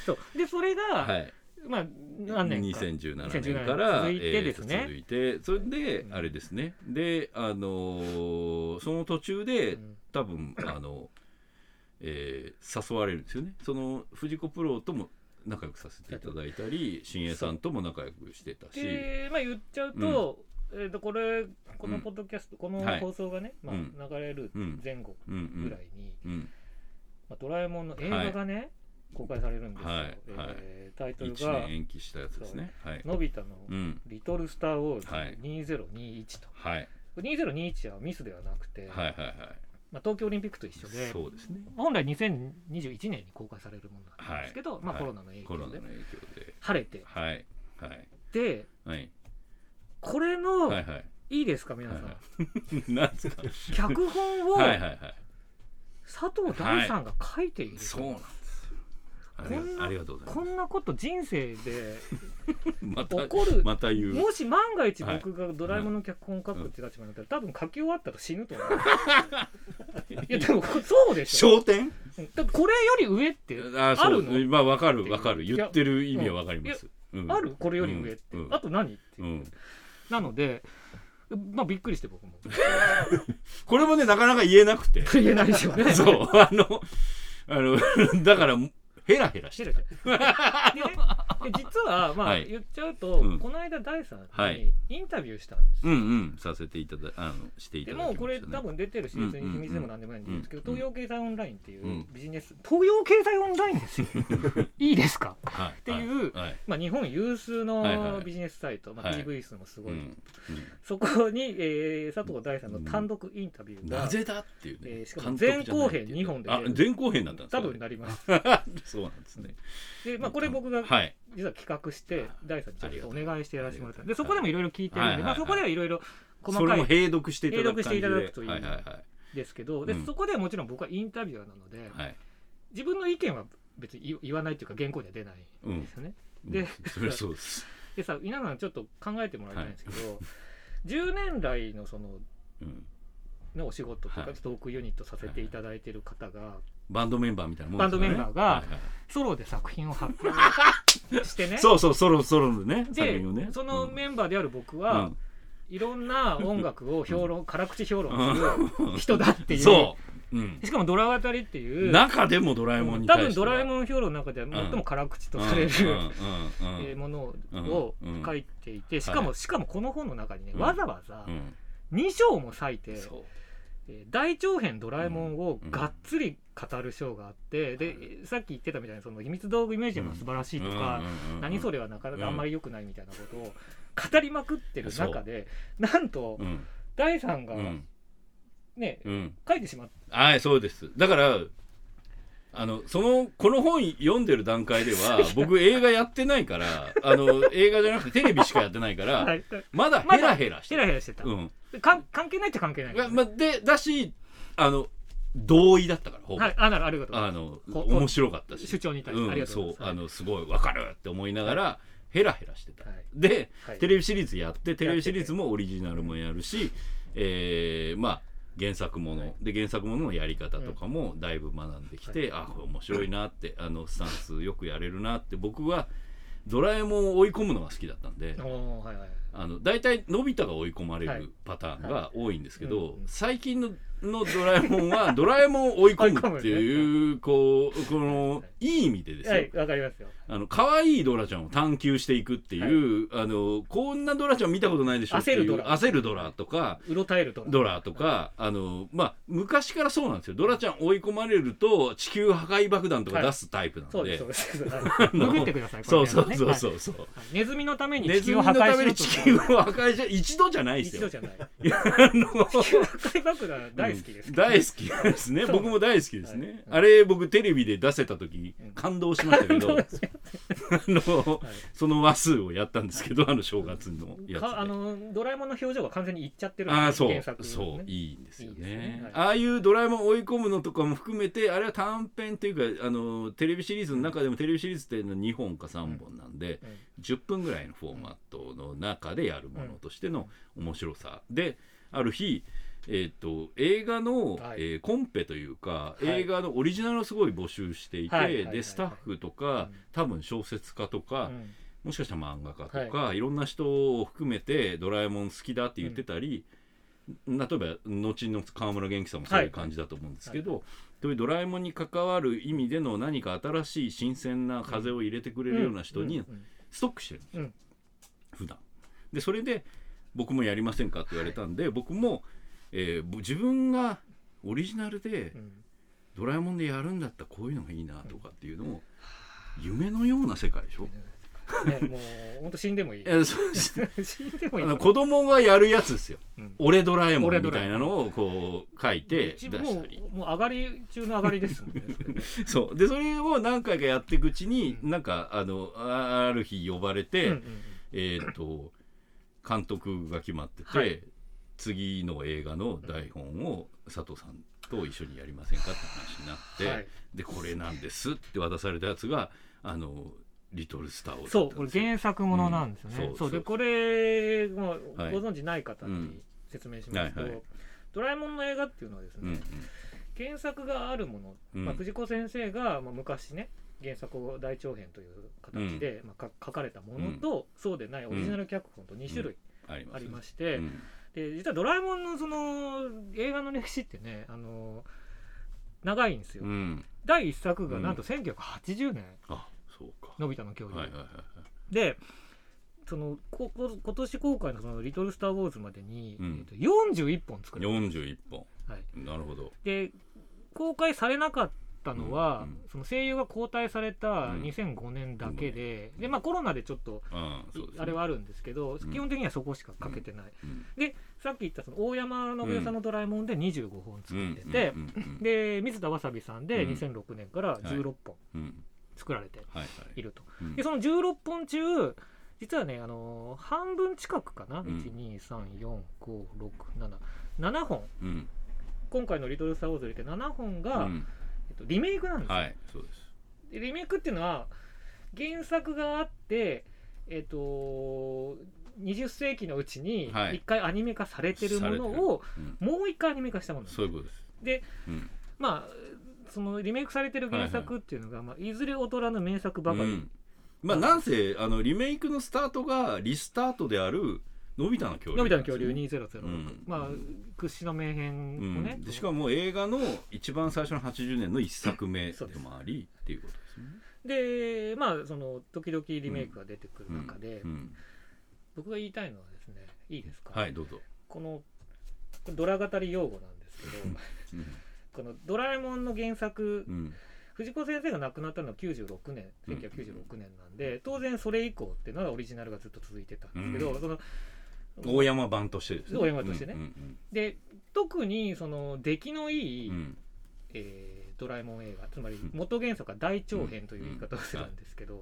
Speaker 2: そうでそれが、
Speaker 1: はい
Speaker 2: まあ何年か
Speaker 1: 2017年から
Speaker 2: 続いてですね
Speaker 1: えーと続いてそれで
Speaker 2: うん
Speaker 1: あれですねであのーその途中で
Speaker 2: うん
Speaker 1: 多分あの、えー誘われるんですよねその藤子プロとも仲良くさせていただいたり新栄さんとも仲良くしてたし、
Speaker 2: で、まあ、言っちゃうと,、えー、とこれこのポッドキャスト、こ
Speaker 1: は
Speaker 2: の
Speaker 1: い
Speaker 2: 放送がね、まあ
Speaker 1: うん、
Speaker 2: 流れる
Speaker 1: うん
Speaker 2: 前後
Speaker 1: うんうん
Speaker 2: ぐらいに、
Speaker 1: うん、
Speaker 2: まあ、ドラえもんの映画がね、公開されるんですよ、
Speaker 1: はい
Speaker 2: えータイトル
Speaker 1: 1
Speaker 2: が
Speaker 1: 年延期したやつですねはい
Speaker 2: 「のび太の
Speaker 1: うん
Speaker 2: リトル・スター・ウォ
Speaker 1: は
Speaker 2: ー
Speaker 1: い
Speaker 2: ズ2021」と、
Speaker 1: はい
Speaker 2: 2021はミスではなくて、
Speaker 1: はいはいは
Speaker 2: まあ、東京オリンピックと一緒
Speaker 1: い
Speaker 2: で
Speaker 1: そうですね
Speaker 2: 本来2021年に公開されるものなんですけ
Speaker 1: い
Speaker 2: ど、まあ、
Speaker 1: はい
Speaker 2: コロナの影
Speaker 1: コロナ
Speaker 2: 響で
Speaker 1: の影響で
Speaker 2: 晴れて
Speaker 1: はいはい
Speaker 2: で
Speaker 1: はい
Speaker 2: これの、
Speaker 1: はい
Speaker 2: い、
Speaker 1: はい
Speaker 2: いですか皆さん、
Speaker 1: はいはい なんですか
Speaker 2: 脚本を、
Speaker 1: はいはいはい
Speaker 2: 佐藤大さんが書いている、
Speaker 1: そうなんですよあり
Speaker 2: こん
Speaker 1: が
Speaker 2: な
Speaker 1: ありがとうござい
Speaker 2: こんなこと人生で
Speaker 1: ます
Speaker 2: 起
Speaker 1: ま
Speaker 2: こる
Speaker 1: たまた言う
Speaker 2: もし万が一
Speaker 1: はい
Speaker 2: 僕がドラえもんの脚本を書くって立場になったら、多分書き終わったら死ぬと思 ういやでもそうでしょ
Speaker 1: 焦点
Speaker 2: うんだってこれより上って
Speaker 1: あ
Speaker 2: あ
Speaker 1: そ
Speaker 2: る
Speaker 1: う
Speaker 2: の
Speaker 1: まあわか
Speaker 2: って
Speaker 1: る
Speaker 2: いう
Speaker 1: わかる
Speaker 2: いや
Speaker 1: 言ってる意味はわかりますうん
Speaker 2: あるこれより上って、
Speaker 1: うんうん
Speaker 2: あと何っていう、
Speaker 1: うん
Speaker 2: なのでまあびっくりして 僕も
Speaker 1: これもねなかなか言えなく て
Speaker 2: 言えないですよね
Speaker 1: そうあのあの だからヘラヘラし
Speaker 2: して
Speaker 1: て
Speaker 2: るでねで実はまあ、
Speaker 1: はい
Speaker 2: 言っちゃうと、
Speaker 1: うん
Speaker 2: この間大さん
Speaker 1: はい
Speaker 2: にインタビューしたんですよ、
Speaker 1: うんうんさせていただあのしていた
Speaker 2: で
Speaker 1: だきま
Speaker 2: も
Speaker 1: し
Speaker 2: う
Speaker 1: た
Speaker 2: これ
Speaker 1: ね
Speaker 2: 多分出てるし別に秘密でもなんでもないんですけど
Speaker 1: うんうん
Speaker 2: 東洋経済オンラインっていううんビジネス東洋経済オンライ ンですよいいですか
Speaker 1: はい
Speaker 2: ていう
Speaker 1: はいはい
Speaker 2: まあ日本有数
Speaker 1: はいは
Speaker 2: の
Speaker 1: い
Speaker 2: ビジネスサイトまあ
Speaker 1: はい
Speaker 2: PV 数もすご
Speaker 1: う
Speaker 2: い
Speaker 1: ん
Speaker 2: そこにえー佐藤大さんの単独インタビュ
Speaker 1: うん
Speaker 2: ー
Speaker 1: な
Speaker 2: が
Speaker 1: ぜだっていうね
Speaker 2: えーしかも
Speaker 1: 監督じゃないっていう
Speaker 2: 前後編二本で
Speaker 1: あ前後編だったんです
Speaker 2: 多
Speaker 1: か
Speaker 2: 分なります
Speaker 1: そうなんですね
Speaker 2: でまあこれ僕が
Speaker 1: はい
Speaker 2: 実は企画して大さんにちょっとお願いしてやらせてもらったんで
Speaker 1: ありがと
Speaker 2: そうこでもいろいろ聞いてるんでま
Speaker 1: はいはい
Speaker 2: あ
Speaker 1: はい
Speaker 2: そこではいろいろ細
Speaker 1: それ
Speaker 2: か
Speaker 1: も
Speaker 2: い
Speaker 1: 閉読していただく
Speaker 2: 閉読していただくという
Speaker 1: 感じではいはいはい
Speaker 2: ですけどで
Speaker 1: うん
Speaker 2: そこではもちろん僕はインタビュアーなので
Speaker 1: はい
Speaker 2: 自分の意見は別に言言わないというか原稿には出ないんですよね。で
Speaker 1: うん それはそうです
Speaker 2: でさ皆さんちょっと考えてもらいたいんですけど、10年来のその
Speaker 1: うん
Speaker 2: のお仕事とか、
Speaker 1: はい
Speaker 2: トークユニットさせていただいてる方が
Speaker 1: バンドメンバーみたいなもんですよね
Speaker 2: バンドメンバーが
Speaker 1: はいはい
Speaker 2: ソロで作品を発 表してね
Speaker 1: そうそうそろそろのね作
Speaker 2: で
Speaker 1: 品をね
Speaker 2: そのメンバーである僕
Speaker 1: バ
Speaker 2: は、いろんな音楽を評論、辛口評論する人だってい う
Speaker 1: そううん
Speaker 2: しかもドラ語りっていう
Speaker 1: 中でもドラえもんに
Speaker 2: 多
Speaker 1: 対
Speaker 2: 分
Speaker 1: して
Speaker 2: ド
Speaker 1: は
Speaker 2: ラえもん評論の中では最も辛口とされる、
Speaker 1: うんうんうんうん
Speaker 2: えーもの
Speaker 1: うん
Speaker 2: を
Speaker 1: うん
Speaker 2: 書いていてしかも、
Speaker 1: は
Speaker 2: しかもこの本の中にね、
Speaker 1: うん
Speaker 2: わざわざ
Speaker 1: うん
Speaker 2: 2章も割いて、
Speaker 1: そう
Speaker 2: えー大長編ドラえもんをがっつり語るショーがあって、でさっき言ってたみたいにその秘密道具ミュージアムは素晴らしいとか、何そ
Speaker 1: れ、
Speaker 2: れはなかな
Speaker 1: うん
Speaker 2: かあんまり良くないみたいなことを語りまくってる中でなんと
Speaker 1: うん
Speaker 2: 第さんが
Speaker 1: うん
Speaker 2: ね、
Speaker 1: うん、
Speaker 2: 書いてしまっ
Speaker 1: はいそうですだからあのそのこの本読んでる段階で は僕映画やってないからあの映画じゃなくてテレビしかやってないから、
Speaker 2: た、はい、
Speaker 1: まだヘラヘラしてる
Speaker 2: ヘラヘラしてた、
Speaker 1: うん
Speaker 2: でかん関係ないっちゃ関係ない、
Speaker 1: がま、でだしあの同意だったからほぼ、
Speaker 2: はい、あなるありがとうござい
Speaker 1: あの
Speaker 2: こ
Speaker 1: 面白かった
Speaker 2: ます
Speaker 1: し
Speaker 2: 主張に対して、あ
Speaker 1: う
Speaker 2: り
Speaker 1: ん、
Speaker 2: が
Speaker 1: そ
Speaker 2: とうご
Speaker 1: う
Speaker 2: ざ
Speaker 1: あ
Speaker 2: います
Speaker 1: のすごいわかるって思いながらヘラヘラしてた、
Speaker 2: はい
Speaker 1: で
Speaker 2: はい
Speaker 1: テレビシリーズやってテレビシリーズ
Speaker 2: や
Speaker 1: もオリジナルもやるし、えーまあ原作もの、
Speaker 2: はい
Speaker 1: で原作もののやり方とかもだいぶ学んできて、あこれ面白いなってあのスタンスよくやれるなって僕はドラえもんを追い込むのが好きだったんで。
Speaker 2: おーはいはい
Speaker 1: あの大体のび太が追い込まれ
Speaker 2: はい
Speaker 1: るパターンが多いんですけど、
Speaker 2: はいうんうん
Speaker 1: 最近ののドラえもんはドラえもん を追い込むっていうこうこのいい意味でですよ、
Speaker 2: はいわかりますよ
Speaker 1: あの可愛いドラちゃんを探求していくっていう、あのこんなドラちゃん見たことないでしょっていう
Speaker 2: 焦るドラ
Speaker 1: 焦るドラとか
Speaker 2: うろたえると
Speaker 1: ドラとかあのまあ昔からそうなんですよドラちゃん追い込まれると地球破壊爆弾とか出すタイプな
Speaker 2: そ
Speaker 1: の
Speaker 2: うで、
Speaker 1: です
Speaker 2: そうで す
Speaker 1: の
Speaker 2: 潜ってください
Speaker 1: そうそうそう
Speaker 2: う
Speaker 1: そうそう、
Speaker 2: ネズミのために
Speaker 1: ネ
Speaker 2: 地
Speaker 1: ズミ
Speaker 2: 球
Speaker 1: の
Speaker 2: を破
Speaker 1: ため
Speaker 2: 壊
Speaker 1: に
Speaker 2: し
Speaker 1: 地
Speaker 2: ようと
Speaker 1: 球を破壊し一度じゃないですよ
Speaker 2: 一度じゃない
Speaker 1: いやあの
Speaker 2: 地球破壊爆弾大好きです、
Speaker 1: うん大好きですね
Speaker 2: そう
Speaker 1: 僕も大好きですね、
Speaker 2: はい
Speaker 1: あれ僕テレビで出せた時
Speaker 2: うん
Speaker 1: 感動しましたけ ど、あの
Speaker 2: はい
Speaker 1: その話数をやったんですけどあの正月のやつで
Speaker 2: かあのドラえもんの表情が完全にいっちゃってるんです
Speaker 1: ああそう、
Speaker 2: 原作のね
Speaker 1: そういいんですよね
Speaker 2: いいですねはい
Speaker 1: ああいうドラえもん追い込むのとかも含めてあれは短編っていうかあのテレビシリーズの中でもテレビシリーズっていうのは2本か3本なんで、
Speaker 2: うん
Speaker 1: 10分ぐらいのフォーマットの中でやるものとしての面白さ、である日えー、と映画の、
Speaker 2: は
Speaker 1: え
Speaker 2: い
Speaker 1: ーコンペというか、
Speaker 2: はい
Speaker 1: 映画のオリジナルをすごい募集していて、
Speaker 2: はいはいはいはい
Speaker 1: でスタッフとか、
Speaker 2: うん
Speaker 1: 多分小説家とか、
Speaker 2: うん
Speaker 1: もしかしたら漫画家とか、い、ろんな人を含めて「ドラえもん好きだ」って言ってたり、例えば後の川村元気さんもそういう感じだと思うんですけど、そういうドラえもんに関わる意味での何か新しい新鮮な風を入れてくれるような人に
Speaker 2: んん
Speaker 1: ストックしてるんですよ、
Speaker 2: うん
Speaker 1: 普段でそれで僕もやりませんかって言われたんで、僕も、えーぼ自分がオリジナルで
Speaker 2: うん
Speaker 1: ドラえもんでやるんだったらこういうのがいいなとかっていうのを夢のような世界でしょ、
Speaker 2: ね、もう本当死んでもいい
Speaker 1: えーそうです
Speaker 2: 死んでもい
Speaker 1: あ
Speaker 2: い
Speaker 1: の子供がやるやつですよ
Speaker 2: う
Speaker 1: 「
Speaker 2: ん
Speaker 1: 俺ドラえもん」
Speaker 2: 俺
Speaker 1: み
Speaker 2: ドラ
Speaker 1: た
Speaker 2: え
Speaker 1: い
Speaker 2: も
Speaker 1: なんのをこう書いて出
Speaker 2: 一
Speaker 1: し
Speaker 2: 部
Speaker 1: た
Speaker 2: も
Speaker 1: り
Speaker 2: うもう上がり中の上がりですも んね
Speaker 1: そうでそれを何回かやっていくうちに、
Speaker 2: うん
Speaker 1: なんかあのあある日呼ばれ
Speaker 2: う
Speaker 1: て、
Speaker 2: んうんうん
Speaker 1: えっ、と監督が決まってて、
Speaker 2: はい
Speaker 1: 次の映画の台本を佐藤さんと一緒にやりませんかって話になって、
Speaker 2: はい、
Speaker 1: でこれなんですって渡されたやつが「あのリトルスターを」
Speaker 2: そうこれ原作ものなんですよね、
Speaker 1: うんそ
Speaker 2: そ
Speaker 1: そ
Speaker 2: うう
Speaker 1: う
Speaker 2: でこれもうご
Speaker 1: はい
Speaker 2: 存知ない方に説明しますと、
Speaker 1: うんはいはい
Speaker 2: ドラえもんの映画っていうのはです
Speaker 1: うん
Speaker 2: ね、原作があるもの、
Speaker 1: うん
Speaker 2: まあ、藤子先生が、まあ、昔ね原作を大長編という形で、まあ、か書かれたものと、そうでないオリジナル脚本と2種類
Speaker 1: あります
Speaker 2: ありまして、
Speaker 1: うん
Speaker 2: で実は「ドラえもん」のその映画の歴史ってねあの長いんですよ、
Speaker 1: うん
Speaker 2: 第1作がなんと1980年、
Speaker 1: あそうか
Speaker 2: のび太の恐竜、
Speaker 1: はいはいはいはい
Speaker 2: でそのここ今年公開のその「リトル・スター・ウォーズ」までに、
Speaker 1: うん
Speaker 2: えっと、41本作る、
Speaker 1: 41本
Speaker 2: はい、
Speaker 1: なるほど
Speaker 2: で公開されなかったのは、
Speaker 1: うんうん
Speaker 2: その声優が交代された
Speaker 1: うん
Speaker 2: 2005年だけで、
Speaker 1: うん
Speaker 2: でまあコロナでちょっと、
Speaker 1: うんそうですね
Speaker 2: あれはあるんですけど、
Speaker 1: ん
Speaker 2: 基本的にはそこしか書けてない、
Speaker 1: うん
Speaker 2: さっき言ったその大山信代さんの「ドラえもん」で25本作ってて、
Speaker 1: うんうんうん
Speaker 2: で水田わさびさんで
Speaker 1: うん
Speaker 2: 2006年から16本
Speaker 1: うんうん
Speaker 2: 作られて
Speaker 1: はいはい
Speaker 2: ると、
Speaker 1: い
Speaker 2: でその16本中実はね、あのー半分近くかな、
Speaker 1: ん
Speaker 2: 1 2 3 4 5 6 7 7本
Speaker 1: うん
Speaker 2: 今回の「リトル・スター・ウォーズ」で7本
Speaker 1: う
Speaker 2: が、
Speaker 1: ん
Speaker 2: えっと、リメイクなんですよ
Speaker 1: はいそうです
Speaker 2: でリメイクっていうのは原作があってえっ、と20世紀のうちに
Speaker 1: はい
Speaker 2: 一回アニメ化されてるものを
Speaker 1: うん
Speaker 2: もう一回アニメ化したものなんです
Speaker 1: そういうことです
Speaker 2: で
Speaker 1: うん
Speaker 2: まあそのリメイクされてる原作っていうのが、いまあ、いずれ劣らぬ名作ばかり、
Speaker 1: うんまあなんせあのリメイクのスタートがリスタートであるのび太の恐竜
Speaker 2: のび太の恐竜
Speaker 1: なんですよ
Speaker 2: 2006、
Speaker 1: うん
Speaker 2: まあ屈指の名編を
Speaker 1: うん
Speaker 2: ね、
Speaker 1: でしかも映画の一番最初の80年の一作目でもありっていうことですね
Speaker 2: でまあその時々リメイクが出てくる中で、
Speaker 1: うん
Speaker 2: 僕が言いたいのはですねいいですか、
Speaker 1: はいどうぞ
Speaker 2: このこれドラ語り用語なんですけどこの「ドラえもん」の原作
Speaker 1: うん
Speaker 2: 藤子先生が亡くなったのは96年
Speaker 1: うん
Speaker 2: 1996年なんで当然それ以降っていうのはオリジナルがずっと続いてたんですけど、
Speaker 1: うん
Speaker 2: その
Speaker 1: 大山版としてですね
Speaker 2: 大山としてね
Speaker 1: うん
Speaker 2: で特にその出来のい
Speaker 1: うん
Speaker 2: い、
Speaker 1: うん
Speaker 2: えードラえもん映画つまり
Speaker 1: うん
Speaker 2: 元原作は大長編という言い方をするんですけど、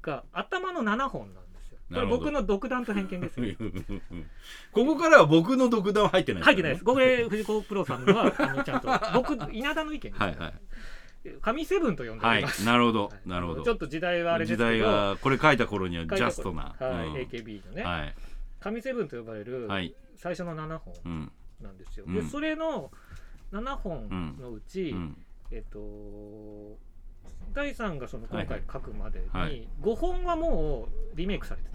Speaker 1: い
Speaker 2: が頭の7本なんですよこ
Speaker 1: な
Speaker 2: れ
Speaker 1: るほど
Speaker 2: 僕の独断と偏見ですよ
Speaker 1: ここからは僕の独断は入ってない
Speaker 2: 入ってないですすこれ藤子プロさんの はあのちゃんと僕稲田の意見です、
Speaker 1: からねはいはい
Speaker 2: 神セブンと呼んでお
Speaker 1: は
Speaker 2: り
Speaker 1: い
Speaker 2: ます、
Speaker 1: なるほど
Speaker 2: はい
Speaker 1: なるほ
Speaker 2: ちょ
Speaker 1: ど
Speaker 2: っと時代はあれで
Speaker 1: 時
Speaker 2: すけど
Speaker 1: 代がこれ書いた頃にはジ
Speaker 2: 書いた
Speaker 1: ャ
Speaker 2: 頃
Speaker 1: ストな
Speaker 2: はい
Speaker 1: うん
Speaker 2: AKB のね、
Speaker 1: はい
Speaker 2: 神セブンと呼ばれる
Speaker 1: はい
Speaker 2: 最初の7本
Speaker 1: うん
Speaker 2: なんですよ、
Speaker 1: う
Speaker 2: で
Speaker 1: ん
Speaker 2: それの7本のうち、
Speaker 1: うん
Speaker 2: えっと第3がその今
Speaker 1: はい
Speaker 2: 回書くまでに、
Speaker 1: はい
Speaker 2: 5本はもうリメイクされて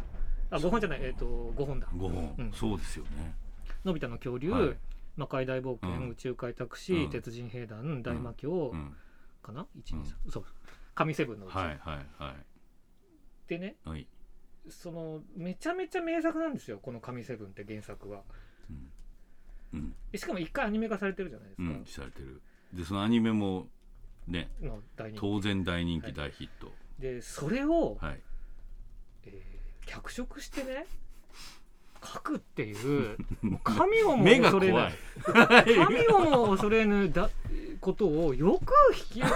Speaker 2: たあ5本じゃないえっと5本だ
Speaker 1: 五
Speaker 2: う
Speaker 1: 本
Speaker 2: ん
Speaker 1: そうですよね
Speaker 2: 「のび太の恐竜」
Speaker 1: はい
Speaker 2: 魔界大冒険、
Speaker 1: うん
Speaker 2: 宇宙開拓士、
Speaker 1: うん
Speaker 2: 鉄人兵団大魔教、
Speaker 1: うん
Speaker 2: かな123、そう神セブンのうち、
Speaker 1: はいはいは
Speaker 2: でね
Speaker 1: いはい
Speaker 2: そのめちゃめちゃ名作なんですよこの神セブンって原作は
Speaker 1: うんうん
Speaker 2: でしかも一回アニメ化されてるじゃないです
Speaker 1: う
Speaker 2: か、
Speaker 1: んされてるでそのアニメもね
Speaker 2: の大人気
Speaker 1: 当然大人
Speaker 2: は
Speaker 1: 気
Speaker 2: い
Speaker 1: 大ヒット
Speaker 2: でそれを、
Speaker 1: はい
Speaker 2: えー脚色してね書くっ ていうもう神をも
Speaker 1: 目が
Speaker 2: 恐
Speaker 1: 怖
Speaker 2: れ
Speaker 1: い
Speaker 2: ない神をも恐れぬだことをよく引き受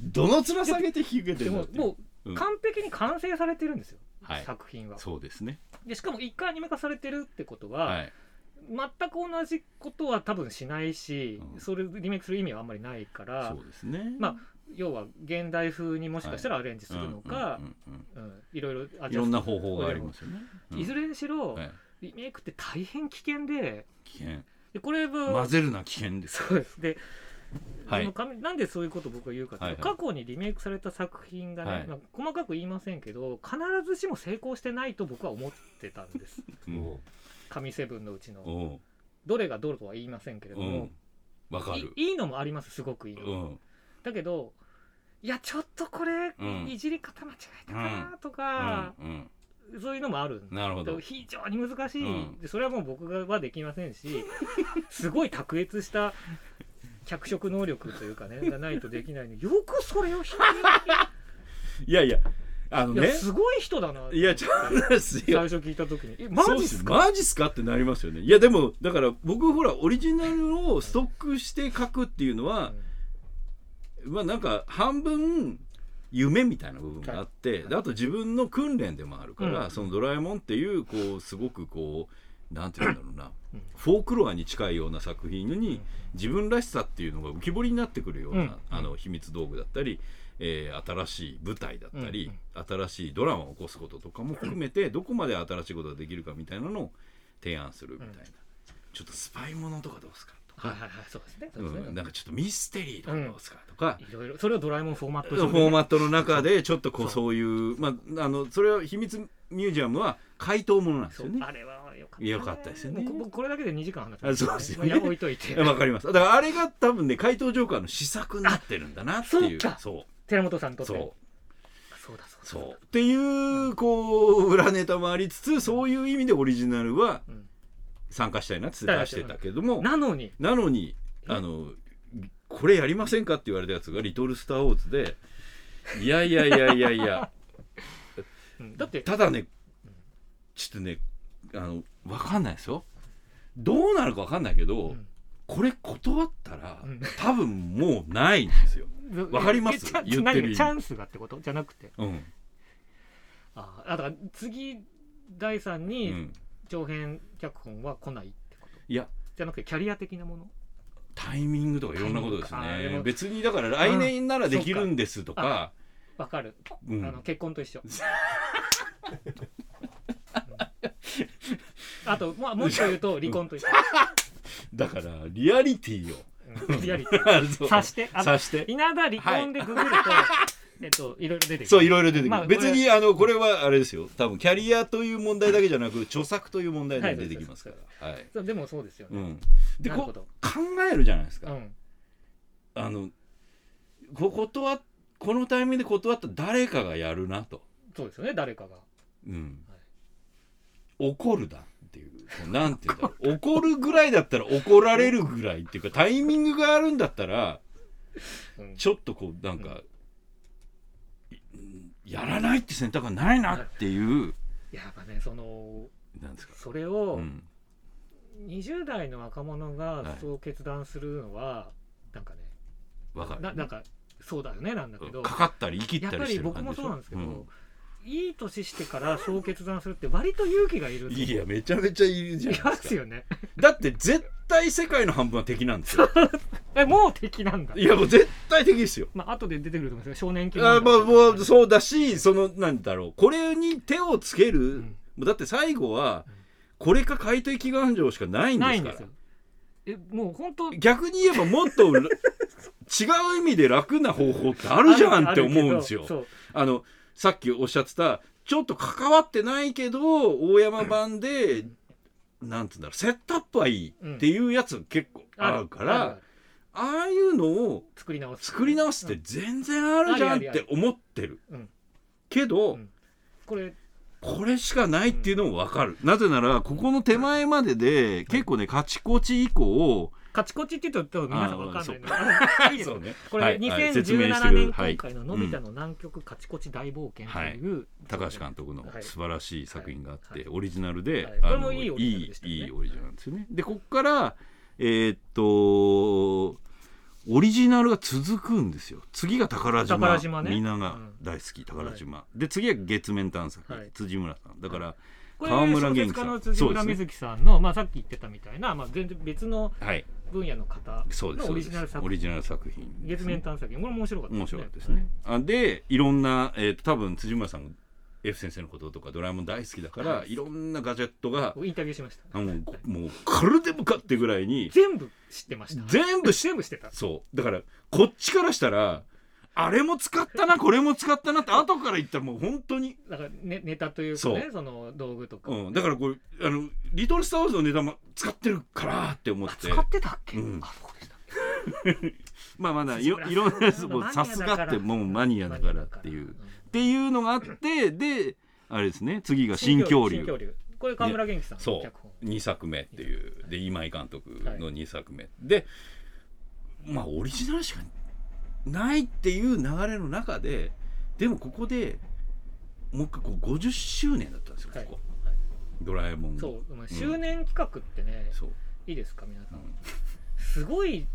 Speaker 1: どの面下げて引き受け
Speaker 2: けてもうも
Speaker 1: う
Speaker 2: うん完璧に完成されてるんですよ、
Speaker 1: はい
Speaker 2: 作品は
Speaker 1: そうですね
Speaker 2: でしかも一回アニメ化されてるってことは、
Speaker 1: はい
Speaker 2: 全く同じことは多分しないし、
Speaker 1: うん
Speaker 2: それリメイクする意味はあんまりないから
Speaker 1: そうですね
Speaker 2: まあ要は現代風にもしかしたらアレンジす
Speaker 1: うん
Speaker 2: るのか
Speaker 1: う、んうん
Speaker 2: うんいろいろア
Speaker 1: うんい
Speaker 2: ジャ
Speaker 1: ろん
Speaker 2: ス
Speaker 1: な方法がありますよね
Speaker 2: トいずれにしろ、
Speaker 1: はい
Speaker 2: リメイクって大変危険で
Speaker 1: 危険
Speaker 2: でこれは
Speaker 1: 混ぜるな危険です
Speaker 2: そうですで、
Speaker 1: はい
Speaker 2: その紙なんでそういうことを僕が言うかというと、
Speaker 1: はいは
Speaker 2: 過去にリメイクされた作品がね、
Speaker 1: はい
Speaker 2: まあ細かく言いませんけど必ずしも成功してないと僕は思ってたんです
Speaker 1: も
Speaker 2: 紙セブンのうちの
Speaker 1: お
Speaker 2: どれがどれとは言いませんけれ
Speaker 1: う
Speaker 2: ど
Speaker 1: う
Speaker 2: も
Speaker 1: ん、わかる
Speaker 2: いいいのもありますすごくいいうの、
Speaker 1: ん
Speaker 2: だけどいやちょっとこれ、
Speaker 1: うん
Speaker 2: いじり方間違えたかなとか、
Speaker 1: うん
Speaker 2: そういうのもあるん
Speaker 1: うん
Speaker 2: で
Speaker 1: なるほど
Speaker 2: 非常に難しい、
Speaker 1: うん
Speaker 2: でそれはもう僕がはできませ んしすごい卓越した脚色能力というかねがないとできな いのによくそれを引き
Speaker 1: いやいやあの
Speaker 2: いや
Speaker 1: ね
Speaker 2: すごい人だない
Speaker 1: やちゃんとです
Speaker 2: 最
Speaker 1: よ
Speaker 2: 初聞いた時に「えマジっすか?
Speaker 1: そうですマジっすかってなりますよねいやでもだから僕ほらオリジナルをストックして書くっていうの
Speaker 2: う
Speaker 1: は、
Speaker 2: ん」
Speaker 1: まあなんか半分夢みたいな部分があって、
Speaker 2: い
Speaker 1: であと自分の訓練でもあるから、
Speaker 2: うん
Speaker 1: その「ドラえもん」っていうこうすごくこうなんて言うんだろうな、
Speaker 2: うん
Speaker 1: フォークロアに近いような作品
Speaker 2: うん
Speaker 1: に自分らしさっていうのが浮き彫りになってくるような、
Speaker 2: うん
Speaker 1: あの秘密道具だったり、えー新しい舞台だったり、新しいドラマを起こすこととかも含めてどこまで新しいことができるかみたいなのを提案するみたいな、
Speaker 2: うん
Speaker 1: ちょっとスパイものとかどうですかと
Speaker 2: はい
Speaker 1: か、
Speaker 2: はいはいそうですねそううですね、
Speaker 1: ん、なんかちょっとミステリーとかどうですかとか、
Speaker 2: いろいろそれをドラえもんフォーマット
Speaker 1: フォーマットの中でちょっとこうそういうまああのそれは秘密ミュージアムは怪盗ものなんです
Speaker 2: そ
Speaker 1: よ
Speaker 2: う
Speaker 1: ね
Speaker 2: あれはよかった、
Speaker 1: いやよかったですよね
Speaker 2: もうこ僕これだけで2時間話した、
Speaker 1: あそうですよね
Speaker 2: いや置いといて
Speaker 1: わかりますだからあれが多分ね怪盗ジョーカーの試作になってるんだなっていう
Speaker 2: あそうか
Speaker 1: そ
Speaker 2: 寺本さんにと
Speaker 1: う
Speaker 2: って
Speaker 1: そう
Speaker 2: そうだそうだ
Speaker 1: そうっていうこう裏ネタもありつつそういう意味でオリジナルは
Speaker 2: うん
Speaker 1: 参加したいなっつって出してたけども
Speaker 2: なのに
Speaker 1: なのにあのこれやりませんかって言われたやつが「リトル・スター・ウォーズ」でいやいやいやいやいや
Speaker 2: うん だって
Speaker 1: ただねちょっとねあの分かんないですよどうなるか分かんないけど、
Speaker 2: うん
Speaker 1: これ断ったら、
Speaker 2: うん
Speaker 1: 多分もうないんですよ、わかります
Speaker 2: えち
Speaker 1: 言
Speaker 2: ゃ
Speaker 1: ってる
Speaker 2: 何
Speaker 1: 意味
Speaker 2: チャンスがってことじゃなくて
Speaker 1: うん
Speaker 2: ああだから次第3
Speaker 1: う
Speaker 2: に
Speaker 1: ん、
Speaker 2: 長編脚本は来ないってこと
Speaker 1: いや
Speaker 2: じゃなくてキャリア的なもの
Speaker 1: タイミングとかいろんなことです
Speaker 2: タイミングかあーで
Speaker 1: ね
Speaker 2: も
Speaker 1: 別にだから来年ならできるんですとか、
Speaker 2: わかる、
Speaker 1: うん
Speaker 2: あの結婚と 一緒うんあと、まあ、もっと言うと離婚と一緒、
Speaker 1: だからリアリティを
Speaker 2: うん、リアリティ
Speaker 1: そう
Speaker 2: 察してあの
Speaker 1: 察して
Speaker 2: 稲田離婚でググると、えっといろいろ出てくる
Speaker 1: そういろいろ出てくる、
Speaker 2: まあ
Speaker 1: 別にあのこれはあれですよ多分キャリアという問題だけじゃなく著作という問題でも出てきますから、はい
Speaker 2: そうでもそうですよ
Speaker 1: う
Speaker 2: ね、
Speaker 1: ん、で
Speaker 2: なる
Speaker 1: こ
Speaker 2: ほ
Speaker 1: う
Speaker 2: ど
Speaker 1: 考えるじゃないですか、
Speaker 2: うん
Speaker 1: あのこ断っこのタイミングで断った誰かがやるなと、
Speaker 2: そうですよね誰かが
Speaker 1: うん
Speaker 2: はい
Speaker 1: 怒るだっていうこうなんて言うんだろう怒るぐらいだったら怒られるぐらいっていうかタイミングがあるんだったら
Speaker 2: うん
Speaker 1: ちょっとこうなんか、いやらないって選択はないなっていう
Speaker 2: やっぱねその
Speaker 1: なんですか、
Speaker 2: それ
Speaker 1: う
Speaker 2: を
Speaker 1: ん、
Speaker 2: 20代の若者
Speaker 1: は
Speaker 2: が
Speaker 1: い
Speaker 2: そう決断するのは、なんかね
Speaker 1: わかる
Speaker 2: ななんかそうだよねなんだけど
Speaker 1: かかったり生きっ
Speaker 2: やったぱ
Speaker 1: りし
Speaker 2: り
Speaker 1: てる
Speaker 2: 僕
Speaker 1: 感じ
Speaker 2: も
Speaker 1: でし
Speaker 2: そう
Speaker 1: ょ
Speaker 2: なんですけど、いい年してからそう決断するって割と勇気がいる
Speaker 1: うんん
Speaker 2: です
Speaker 1: いやめちゃめちゃいるじゃ
Speaker 2: い
Speaker 1: ないで
Speaker 2: ます
Speaker 1: すか
Speaker 2: よね
Speaker 1: だって絶対世界の半分は敵なんですよ
Speaker 2: えもう敵なんだ
Speaker 1: いやもう絶対敵ですよ
Speaker 2: まあ後で出てくると思いますが少年期
Speaker 1: あまあもう
Speaker 2: う
Speaker 1: そうだしそのなんだろうこれに手をつける、
Speaker 2: ん
Speaker 1: もうだって最後は
Speaker 2: うん
Speaker 1: これか解体祈願城しかないんで
Speaker 2: ない
Speaker 1: す
Speaker 2: ん
Speaker 1: か
Speaker 2: ですよ
Speaker 1: ら
Speaker 2: えもう本当
Speaker 1: 逆に言えばもっと ら違う意味で楽な方法ってあるじゃんって思うんですよ
Speaker 2: あるけどそう
Speaker 1: あのさっきおっしゃってたちょっと関わってないけど大山版で、
Speaker 2: うん
Speaker 1: なんつうんだろうセットアップはいいっていうやつ結構あるから、
Speaker 2: ある
Speaker 1: ああいうのを
Speaker 2: 作り直す
Speaker 1: 作り直すって全然あるじゃんって思ってる
Speaker 2: うん
Speaker 1: けど、
Speaker 2: うんこれ
Speaker 1: これしかないっていうのも分かる、なぜならここの手前までで結構ねカチコチ以降
Speaker 2: カチコチって言うと皆さんわかんないのいいです
Speaker 1: ね
Speaker 2: これ2017年公開の「のび太の南極カチコチ大冒険」という
Speaker 1: 高橋監督の
Speaker 2: はい
Speaker 1: 素晴らしい作品があって、
Speaker 2: はい
Speaker 1: オリジナルで、
Speaker 2: はいこれも
Speaker 1: あの
Speaker 2: いいオリジナルでしたよね
Speaker 1: いいいいオリジナルなんですよねでここからえーっとオリジナルが続くんですよ次が宝島
Speaker 2: 宝島ね
Speaker 1: みんなが大好き宝島、で次は月面探索、
Speaker 2: はい
Speaker 1: 辻村さんだから、
Speaker 2: これ
Speaker 1: 川村
Speaker 2: 小
Speaker 1: 元気
Speaker 2: 説
Speaker 1: さ
Speaker 2: 家
Speaker 1: ん
Speaker 2: の辻村瑞希さんのまあさっき言ってたみたいなまあ全然別の
Speaker 1: はい
Speaker 2: 分野の方
Speaker 1: そうです
Speaker 2: の
Speaker 1: そうで
Speaker 2: オリ
Speaker 1: す
Speaker 2: ジナル作
Speaker 1: オリジナ
Speaker 2: 品
Speaker 1: ル作品ですね
Speaker 2: 月面探査機これ面白かった
Speaker 1: 面白かったですね。あでいろんな、えーと多分辻村さん F 先生のこととかドラえもん大好きだから、、
Speaker 2: はい
Speaker 1: ろんなガジェットが
Speaker 2: はいインタビューしました
Speaker 1: あもうもうこれでもかってぐらいに
Speaker 2: 全部知ってました
Speaker 1: 全部し
Speaker 2: 全部してた
Speaker 1: そうだからこっちからしたらあれも使ったなこれも使ったなって後から言ったらもう本当に、
Speaker 2: だからねネタというか
Speaker 1: そ
Speaker 2: ね
Speaker 1: う
Speaker 2: その道具とか
Speaker 1: うん、だからこれあの「リトル・スター・ウォーズ」のネタも使ってるからって思っ
Speaker 2: あ
Speaker 1: て
Speaker 2: 使ってたっけ
Speaker 1: うん
Speaker 2: あそうでした
Speaker 1: まあまあないろいろんなやつもさすがってもうマニアだからっていう。っていうのがあってであれですね次が新恐竜
Speaker 2: これ川村元気さん
Speaker 1: そ
Speaker 2: の
Speaker 1: う
Speaker 2: 脚本
Speaker 1: 2作目っていうで今井監督
Speaker 2: は
Speaker 1: の2作目、でまあオリジナルしかないっていう流れの中ででもここでもう一回こう50周年だったんですよ、
Speaker 2: はい
Speaker 1: ここ
Speaker 2: はい
Speaker 1: ドラえもんの
Speaker 2: そうまあ周年企画ってね
Speaker 1: そう
Speaker 2: いいですか皆さん
Speaker 1: うん
Speaker 2: すごい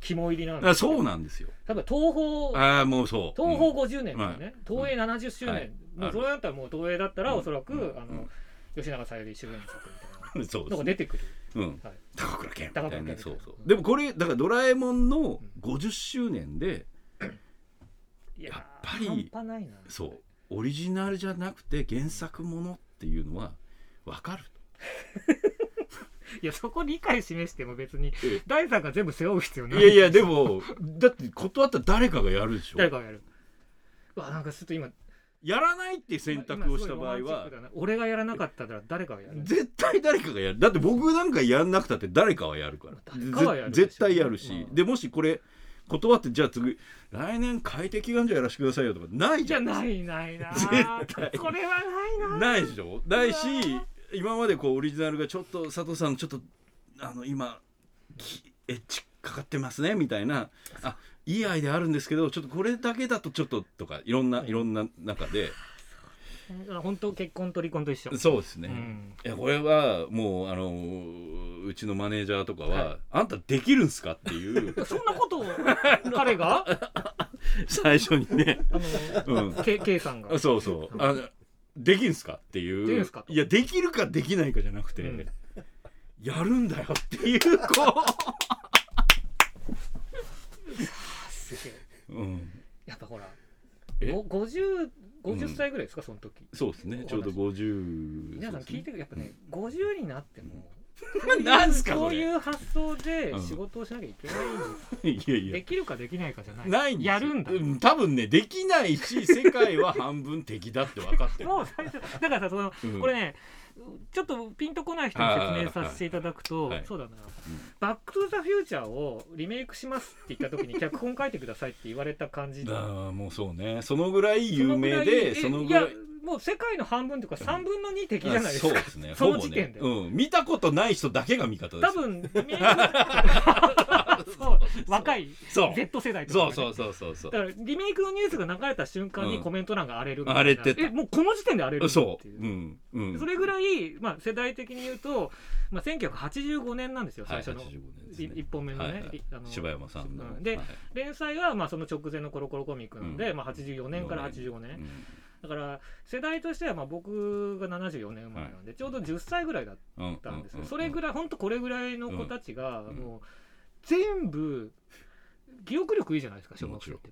Speaker 2: 肝入りなん
Speaker 1: あ
Speaker 2: ですよ
Speaker 1: そうなんですよ
Speaker 2: 多分東宝
Speaker 1: ああもうそう
Speaker 2: 東
Speaker 1: うん
Speaker 2: 宝50年ですね東映70周
Speaker 1: はい
Speaker 2: 年もうそれだったらもう東映だったら
Speaker 1: うん
Speaker 2: おそらく
Speaker 1: うん
Speaker 2: あ
Speaker 1: う
Speaker 2: の
Speaker 1: ん
Speaker 2: 吉永小百合主演作みたいな
Speaker 1: そうです
Speaker 2: のが
Speaker 1: ね
Speaker 2: 出てくる
Speaker 1: うん
Speaker 2: はい
Speaker 1: 高倉健みたいなね
Speaker 2: 高倉健
Speaker 1: そうそう
Speaker 2: うん
Speaker 1: でもこれだから「ドラえもん」の50周年で
Speaker 2: いやー
Speaker 1: やっぱり
Speaker 2: 半端ないな
Speaker 1: そうオリジナルじゃなくて原作ものっていうのは分かる
Speaker 2: いやそこ理解示しても別に
Speaker 1: ええ
Speaker 2: 第三が全部背負う必要ない
Speaker 1: いやいやでもだって断ったら誰かがやるでしょ
Speaker 2: 誰かがやるうわなんかちょっと今
Speaker 1: やらないって選択をした場合
Speaker 2: 今すごいロマン
Speaker 1: は
Speaker 2: チックだな俺がやらなかったら誰かがやる
Speaker 1: 絶対誰かがやるだって僕なんかやんなくたって誰かはやるから
Speaker 2: 誰かはやるでしょ
Speaker 1: ぜ絶対やるし、
Speaker 2: うん
Speaker 1: でもしこれ断ってじゃあ次来年快適願者やらせてくださいよとかない
Speaker 2: じ
Speaker 1: じゃ
Speaker 2: ゃ
Speaker 1: ん
Speaker 2: ないないな
Speaker 1: 絶対
Speaker 2: これはないな
Speaker 1: ないでしょないし
Speaker 2: うわ
Speaker 1: 今までこうオリジナルがちょっと佐藤さんちょっとあの今きエッチかかってますねみたいなあいいアイデアあるんですけどちょっとこれだけだとちょっととかいろんな
Speaker 2: うん
Speaker 1: いろんな中で
Speaker 2: だから本当結婚と離婚と一緒
Speaker 1: そうですね、
Speaker 2: うん
Speaker 1: いやこれはもうあのうちのマネージャーとかは、
Speaker 2: はい
Speaker 1: あんたできるんすかって いう
Speaker 2: そんなこ とを彼があ
Speaker 1: 最初にね、
Speaker 2: の、
Speaker 1: うん、
Speaker 2: け K さんが
Speaker 1: そうそうあのできんすかっていう
Speaker 2: できるんすかと
Speaker 1: いやできるかできないかじゃなくて、
Speaker 2: うん
Speaker 1: やるんだよっていう こ
Speaker 2: すげえ
Speaker 1: う、うん、
Speaker 2: やっぱほら
Speaker 1: え
Speaker 2: ご 50,
Speaker 1: うん
Speaker 2: 50歳ぐらいですか、その時
Speaker 1: そうですねちょうど50
Speaker 2: 皆さん
Speaker 1: そうですね
Speaker 2: 聞いてくやっぱね、50になっても
Speaker 1: んなんすか
Speaker 2: そ
Speaker 1: そうれ
Speaker 2: いう発想で
Speaker 1: うん
Speaker 2: 仕事をしなきゃいけない、
Speaker 1: いやいや
Speaker 2: できるかできないかじゃない
Speaker 1: ないんですよ
Speaker 2: やるんだ、
Speaker 1: う多分ねできないし世界は半分敵だって分かってる、
Speaker 2: もう最初だからさその、
Speaker 1: うん
Speaker 2: これねちょっとピンとこない人に説明させていただくと、
Speaker 1: はいはい
Speaker 2: そうだな、バック・トゥ・ザ・フューチャーをリメイクしますって言った時に脚本書いてくださいって言われた感じ
Speaker 1: あーもうそうねそのぐらい有名
Speaker 2: そのぐらい
Speaker 1: で
Speaker 2: え
Speaker 1: そのぐらい
Speaker 2: やもう世界の半分というか3分の2敵じゃないです
Speaker 1: そう
Speaker 2: か、
Speaker 1: ですね。
Speaker 2: その
Speaker 1: ほぼ
Speaker 2: 時点で
Speaker 1: ね。うん。見たことない人だけが味方で
Speaker 2: 多
Speaker 1: すよ。
Speaker 2: 分みんなそう若い
Speaker 1: そう。
Speaker 2: Z 世代とか、
Speaker 1: そうそう
Speaker 2: ね、
Speaker 1: そうそうそう
Speaker 2: だ。からリメイクのニュースが流れた瞬間に
Speaker 1: うん
Speaker 2: コメント欄が荒れるみたいな
Speaker 1: 荒れてた
Speaker 2: えもうこの時点で荒れるんだっ
Speaker 1: そ
Speaker 2: て
Speaker 1: う。
Speaker 2: いうう。
Speaker 1: ん。うん。
Speaker 2: それぐらい、まあ、世代的に言うと、まあ、1985年なんですよ、最
Speaker 1: はい、
Speaker 2: 初の
Speaker 1: 85年です
Speaker 2: い
Speaker 1: ね
Speaker 2: 一本目のね
Speaker 1: はいはい
Speaker 2: いあの
Speaker 1: 柴山さん
Speaker 2: う
Speaker 1: の。
Speaker 2: んで
Speaker 1: はい
Speaker 2: 連載はまあその直前のコロコロコミックなんで、
Speaker 1: うん
Speaker 2: まあ、84年から85年、
Speaker 1: うん
Speaker 2: だから世代としてはまあ僕が74年生まれなんで、ちょうど10歳ぐらいだっ
Speaker 1: うう
Speaker 2: たんですよ、
Speaker 1: う
Speaker 2: それぐらい本当これぐらいの子たちが
Speaker 1: うん
Speaker 2: もう全部記憶力いいじゃないですか小学生って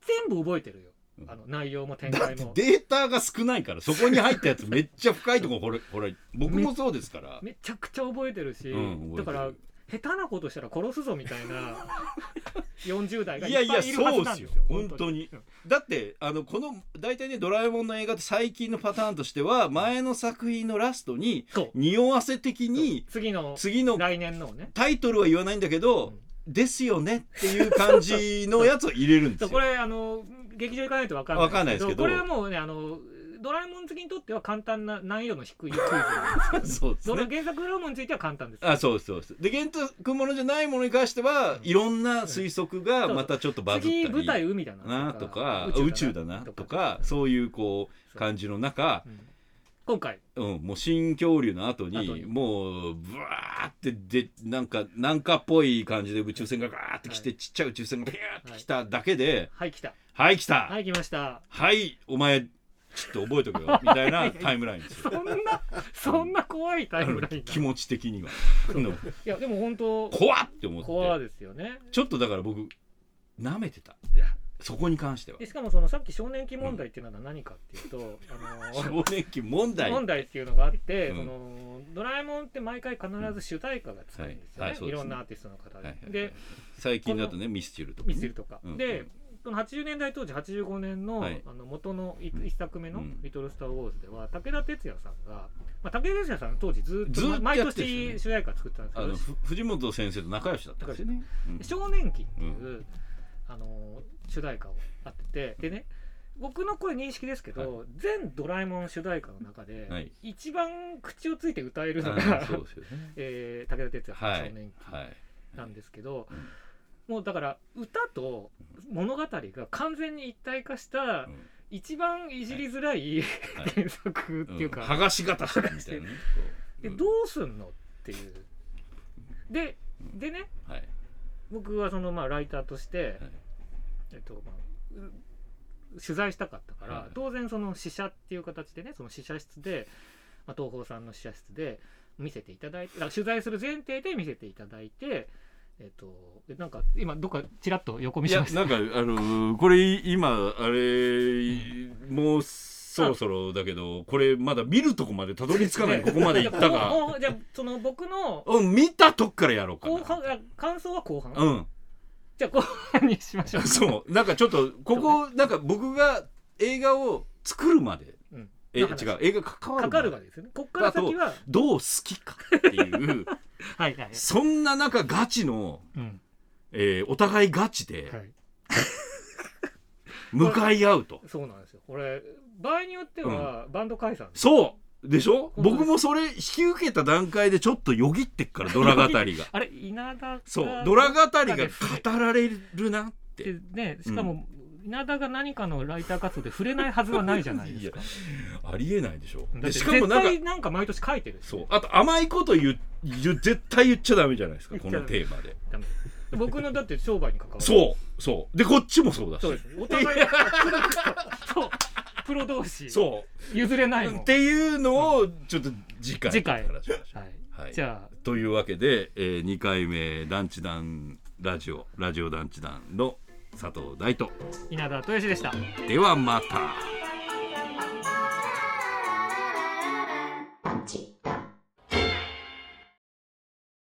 Speaker 2: 全部覚えてるよ
Speaker 1: うん
Speaker 2: あの内容も展
Speaker 1: だっ
Speaker 2: 開
Speaker 1: て
Speaker 2: も
Speaker 1: データが少ないからそこに入ったやつめっちゃ深いところほらほら僕もそうですから、
Speaker 2: めちゃくちゃ覚えてるし、
Speaker 1: うん覚えて
Speaker 2: だ
Speaker 1: る
Speaker 2: から下手なことしたら殺すぞみた いな40代がい
Speaker 1: い
Speaker 2: っぱ
Speaker 1: や
Speaker 2: い
Speaker 1: い
Speaker 2: い
Speaker 1: や
Speaker 2: るはずなんですよ
Speaker 1: そうですよ本当に
Speaker 2: うん
Speaker 1: だってあのこの大体ね「ドラえもん」の映画って最近のパターンとしては前の作品のラストに
Speaker 2: そう
Speaker 1: 匂わせ的に
Speaker 2: 次の
Speaker 1: 次の
Speaker 2: 来年のをね
Speaker 1: タイトルは言わないんだけど
Speaker 2: う
Speaker 1: 「
Speaker 2: ん
Speaker 1: ですよね」っていう感じのやつを入れるんで
Speaker 2: そう
Speaker 1: す
Speaker 2: こ
Speaker 1: よ。
Speaker 2: れあの劇場行かないと分かんない
Speaker 1: わかんないですけど
Speaker 2: これはもうねあのドラえもん好きにとっては簡単な難易度の低いクイズなんですけ
Speaker 1: そう
Speaker 2: ど
Speaker 1: です
Speaker 2: その
Speaker 1: ね
Speaker 2: 原作ドラえもんについては簡単です
Speaker 1: あそうですそうですで原作ものじゃないものに関しては、
Speaker 2: うん
Speaker 1: いろんな推測がまたちょっとバズったり
Speaker 2: 次舞台海だな
Speaker 1: なとか宇宙だなとかそういうこう感じの中、
Speaker 2: うん今回
Speaker 1: うん、もう新恐竜の後に
Speaker 2: 後に
Speaker 1: もうブワーってでなんかなんかっぽい感じで宇宙船がガーって来て、
Speaker 2: は
Speaker 1: ちっちゃい宇宙船がピューって来ただけで
Speaker 2: はい来た
Speaker 1: 「はい、来たは、
Speaker 2: はいい来 ました
Speaker 1: お前ちょっと覚えと けよ」みたいなタイムラインですよ
Speaker 2: そんなそんな怖いタイムラインだ
Speaker 1: 気持ち的には。の
Speaker 2: いやでも本当
Speaker 1: 怖っって思
Speaker 2: 怖
Speaker 1: っ
Speaker 2: い
Speaker 1: て
Speaker 2: ですよね
Speaker 1: ちょっとだから僕舐めてた
Speaker 2: いや
Speaker 1: そこに関しては
Speaker 2: で。しかもそのさっき少年期問題っていうのは何かっていうと、あ
Speaker 1: 少
Speaker 2: の
Speaker 1: 年期問題
Speaker 2: 問題っていうのがあって、
Speaker 1: うん
Speaker 2: そのドラえもんって毎回必ず主題歌がつくんですよね、
Speaker 1: はいはい
Speaker 2: い
Speaker 1: そうですね
Speaker 2: ろんなアーティストの方
Speaker 1: はい
Speaker 2: で
Speaker 1: はい。はい
Speaker 2: で
Speaker 1: 最近だとねミスチルとかね、
Speaker 2: ミスチルとか。
Speaker 1: うん
Speaker 2: でその80年代当時85年の,、
Speaker 1: はい
Speaker 2: あの元のい
Speaker 1: うん
Speaker 2: 一作目の
Speaker 1: うん
Speaker 2: 「リトル・スター・ウォーズ」では武田鉄矢さんが、まあ、武田鉄矢さん当時ずっと
Speaker 1: ずーっと
Speaker 2: 毎
Speaker 1: やってるんですよね
Speaker 2: 年主題歌作ってたんで
Speaker 1: あ
Speaker 2: すけ
Speaker 1: の
Speaker 2: ど
Speaker 1: ふ藤本先生と仲良しだったんですよね。うん
Speaker 2: 「少年期」っていう、あの主題歌を当ててでね僕の声認識ですけど、全ドラえもん主題歌の中で、
Speaker 1: はい
Speaker 2: 一番口をついて歌えるの
Speaker 1: あ
Speaker 2: が
Speaker 1: のそうですよね。
Speaker 2: えー武田鉄矢
Speaker 1: は
Speaker 2: さん
Speaker 1: い
Speaker 2: 少年期
Speaker 1: はい。
Speaker 2: なんですけど、
Speaker 1: うん
Speaker 2: もうだから歌と物語が完全に一体化した
Speaker 1: うん
Speaker 2: 一番いじりづらい、
Speaker 1: はい
Speaker 2: 原作っていうか、
Speaker 1: ん剥がし型して るみたいなね。
Speaker 2: で
Speaker 1: うん
Speaker 2: どうすんのっていうででね
Speaker 1: はいはい
Speaker 2: 僕はそのまあライターとして、えっとまあう取材したかったから、
Speaker 1: はい
Speaker 2: 当然その試写っていう形でねその試写室で、まあ、東宝さんの試写室で見せていただいてあ取材する前提で見せていただいてえっとえなんか今どっかちらっと横見
Speaker 1: い
Speaker 2: し
Speaker 1: や
Speaker 2: ました
Speaker 1: なんかあのこれ今あれもうそろそろだけどこれまだ見るとこまでたどり着かないここまで行った
Speaker 2: も
Speaker 1: か。
Speaker 2: うもうじゃあその僕の
Speaker 1: うん見たとこからやろうか
Speaker 2: 後半
Speaker 1: な。
Speaker 2: あ感想は後半、
Speaker 1: うん。
Speaker 2: じゃあ後半にしましょう
Speaker 1: そうなんかちょっとここなんか僕が映画を作るまで
Speaker 2: うん
Speaker 1: え違う
Speaker 2: の話
Speaker 1: 映画関わる
Speaker 2: か
Speaker 1: まで
Speaker 2: かるまでですよねこっから先は
Speaker 1: どう好きかっていう。
Speaker 2: はいはい、
Speaker 1: そんな中ガチの、
Speaker 2: うん
Speaker 1: えーお互いガチで
Speaker 2: はい、
Speaker 1: 向かい合うと、
Speaker 2: そうなんですよこれ場合によってはバンド解散、
Speaker 1: そうでしょ
Speaker 2: 本当です
Speaker 1: 僕もそれ引き受けた段階でちょっとよぎってっからドラ語り が
Speaker 2: あれ稲田が
Speaker 1: そうドラ語り
Speaker 2: で
Speaker 1: が語られるなって
Speaker 2: でねしかも、稲田が何かのライター活動で触れないはずはないじゃないですか
Speaker 1: ありえないでしょ
Speaker 2: だって
Speaker 1: でしかもなんか
Speaker 2: 絶対なんか毎年書いてるし
Speaker 1: そうあと甘いこと言う言う絶対言っちゃダメじゃないですか
Speaker 2: 言
Speaker 1: こ
Speaker 2: っちゃ
Speaker 1: の
Speaker 2: ダメ
Speaker 1: テーマで
Speaker 2: ダメ僕のだって商売に関わる
Speaker 1: そうそうでこっちもそうだし
Speaker 2: そうですお互いプロそうプロ同士
Speaker 1: そう
Speaker 2: 譲れないもん
Speaker 1: っていうのをちょっと次回
Speaker 2: 次回
Speaker 1: 話しましょう
Speaker 2: はい
Speaker 1: はい
Speaker 2: じゃあ
Speaker 1: というわけで、えー、2回目団地団ラジオラジオ団地団の佐藤大と
Speaker 2: 稲田豊志でした
Speaker 1: ではまた。
Speaker 3: パンチ。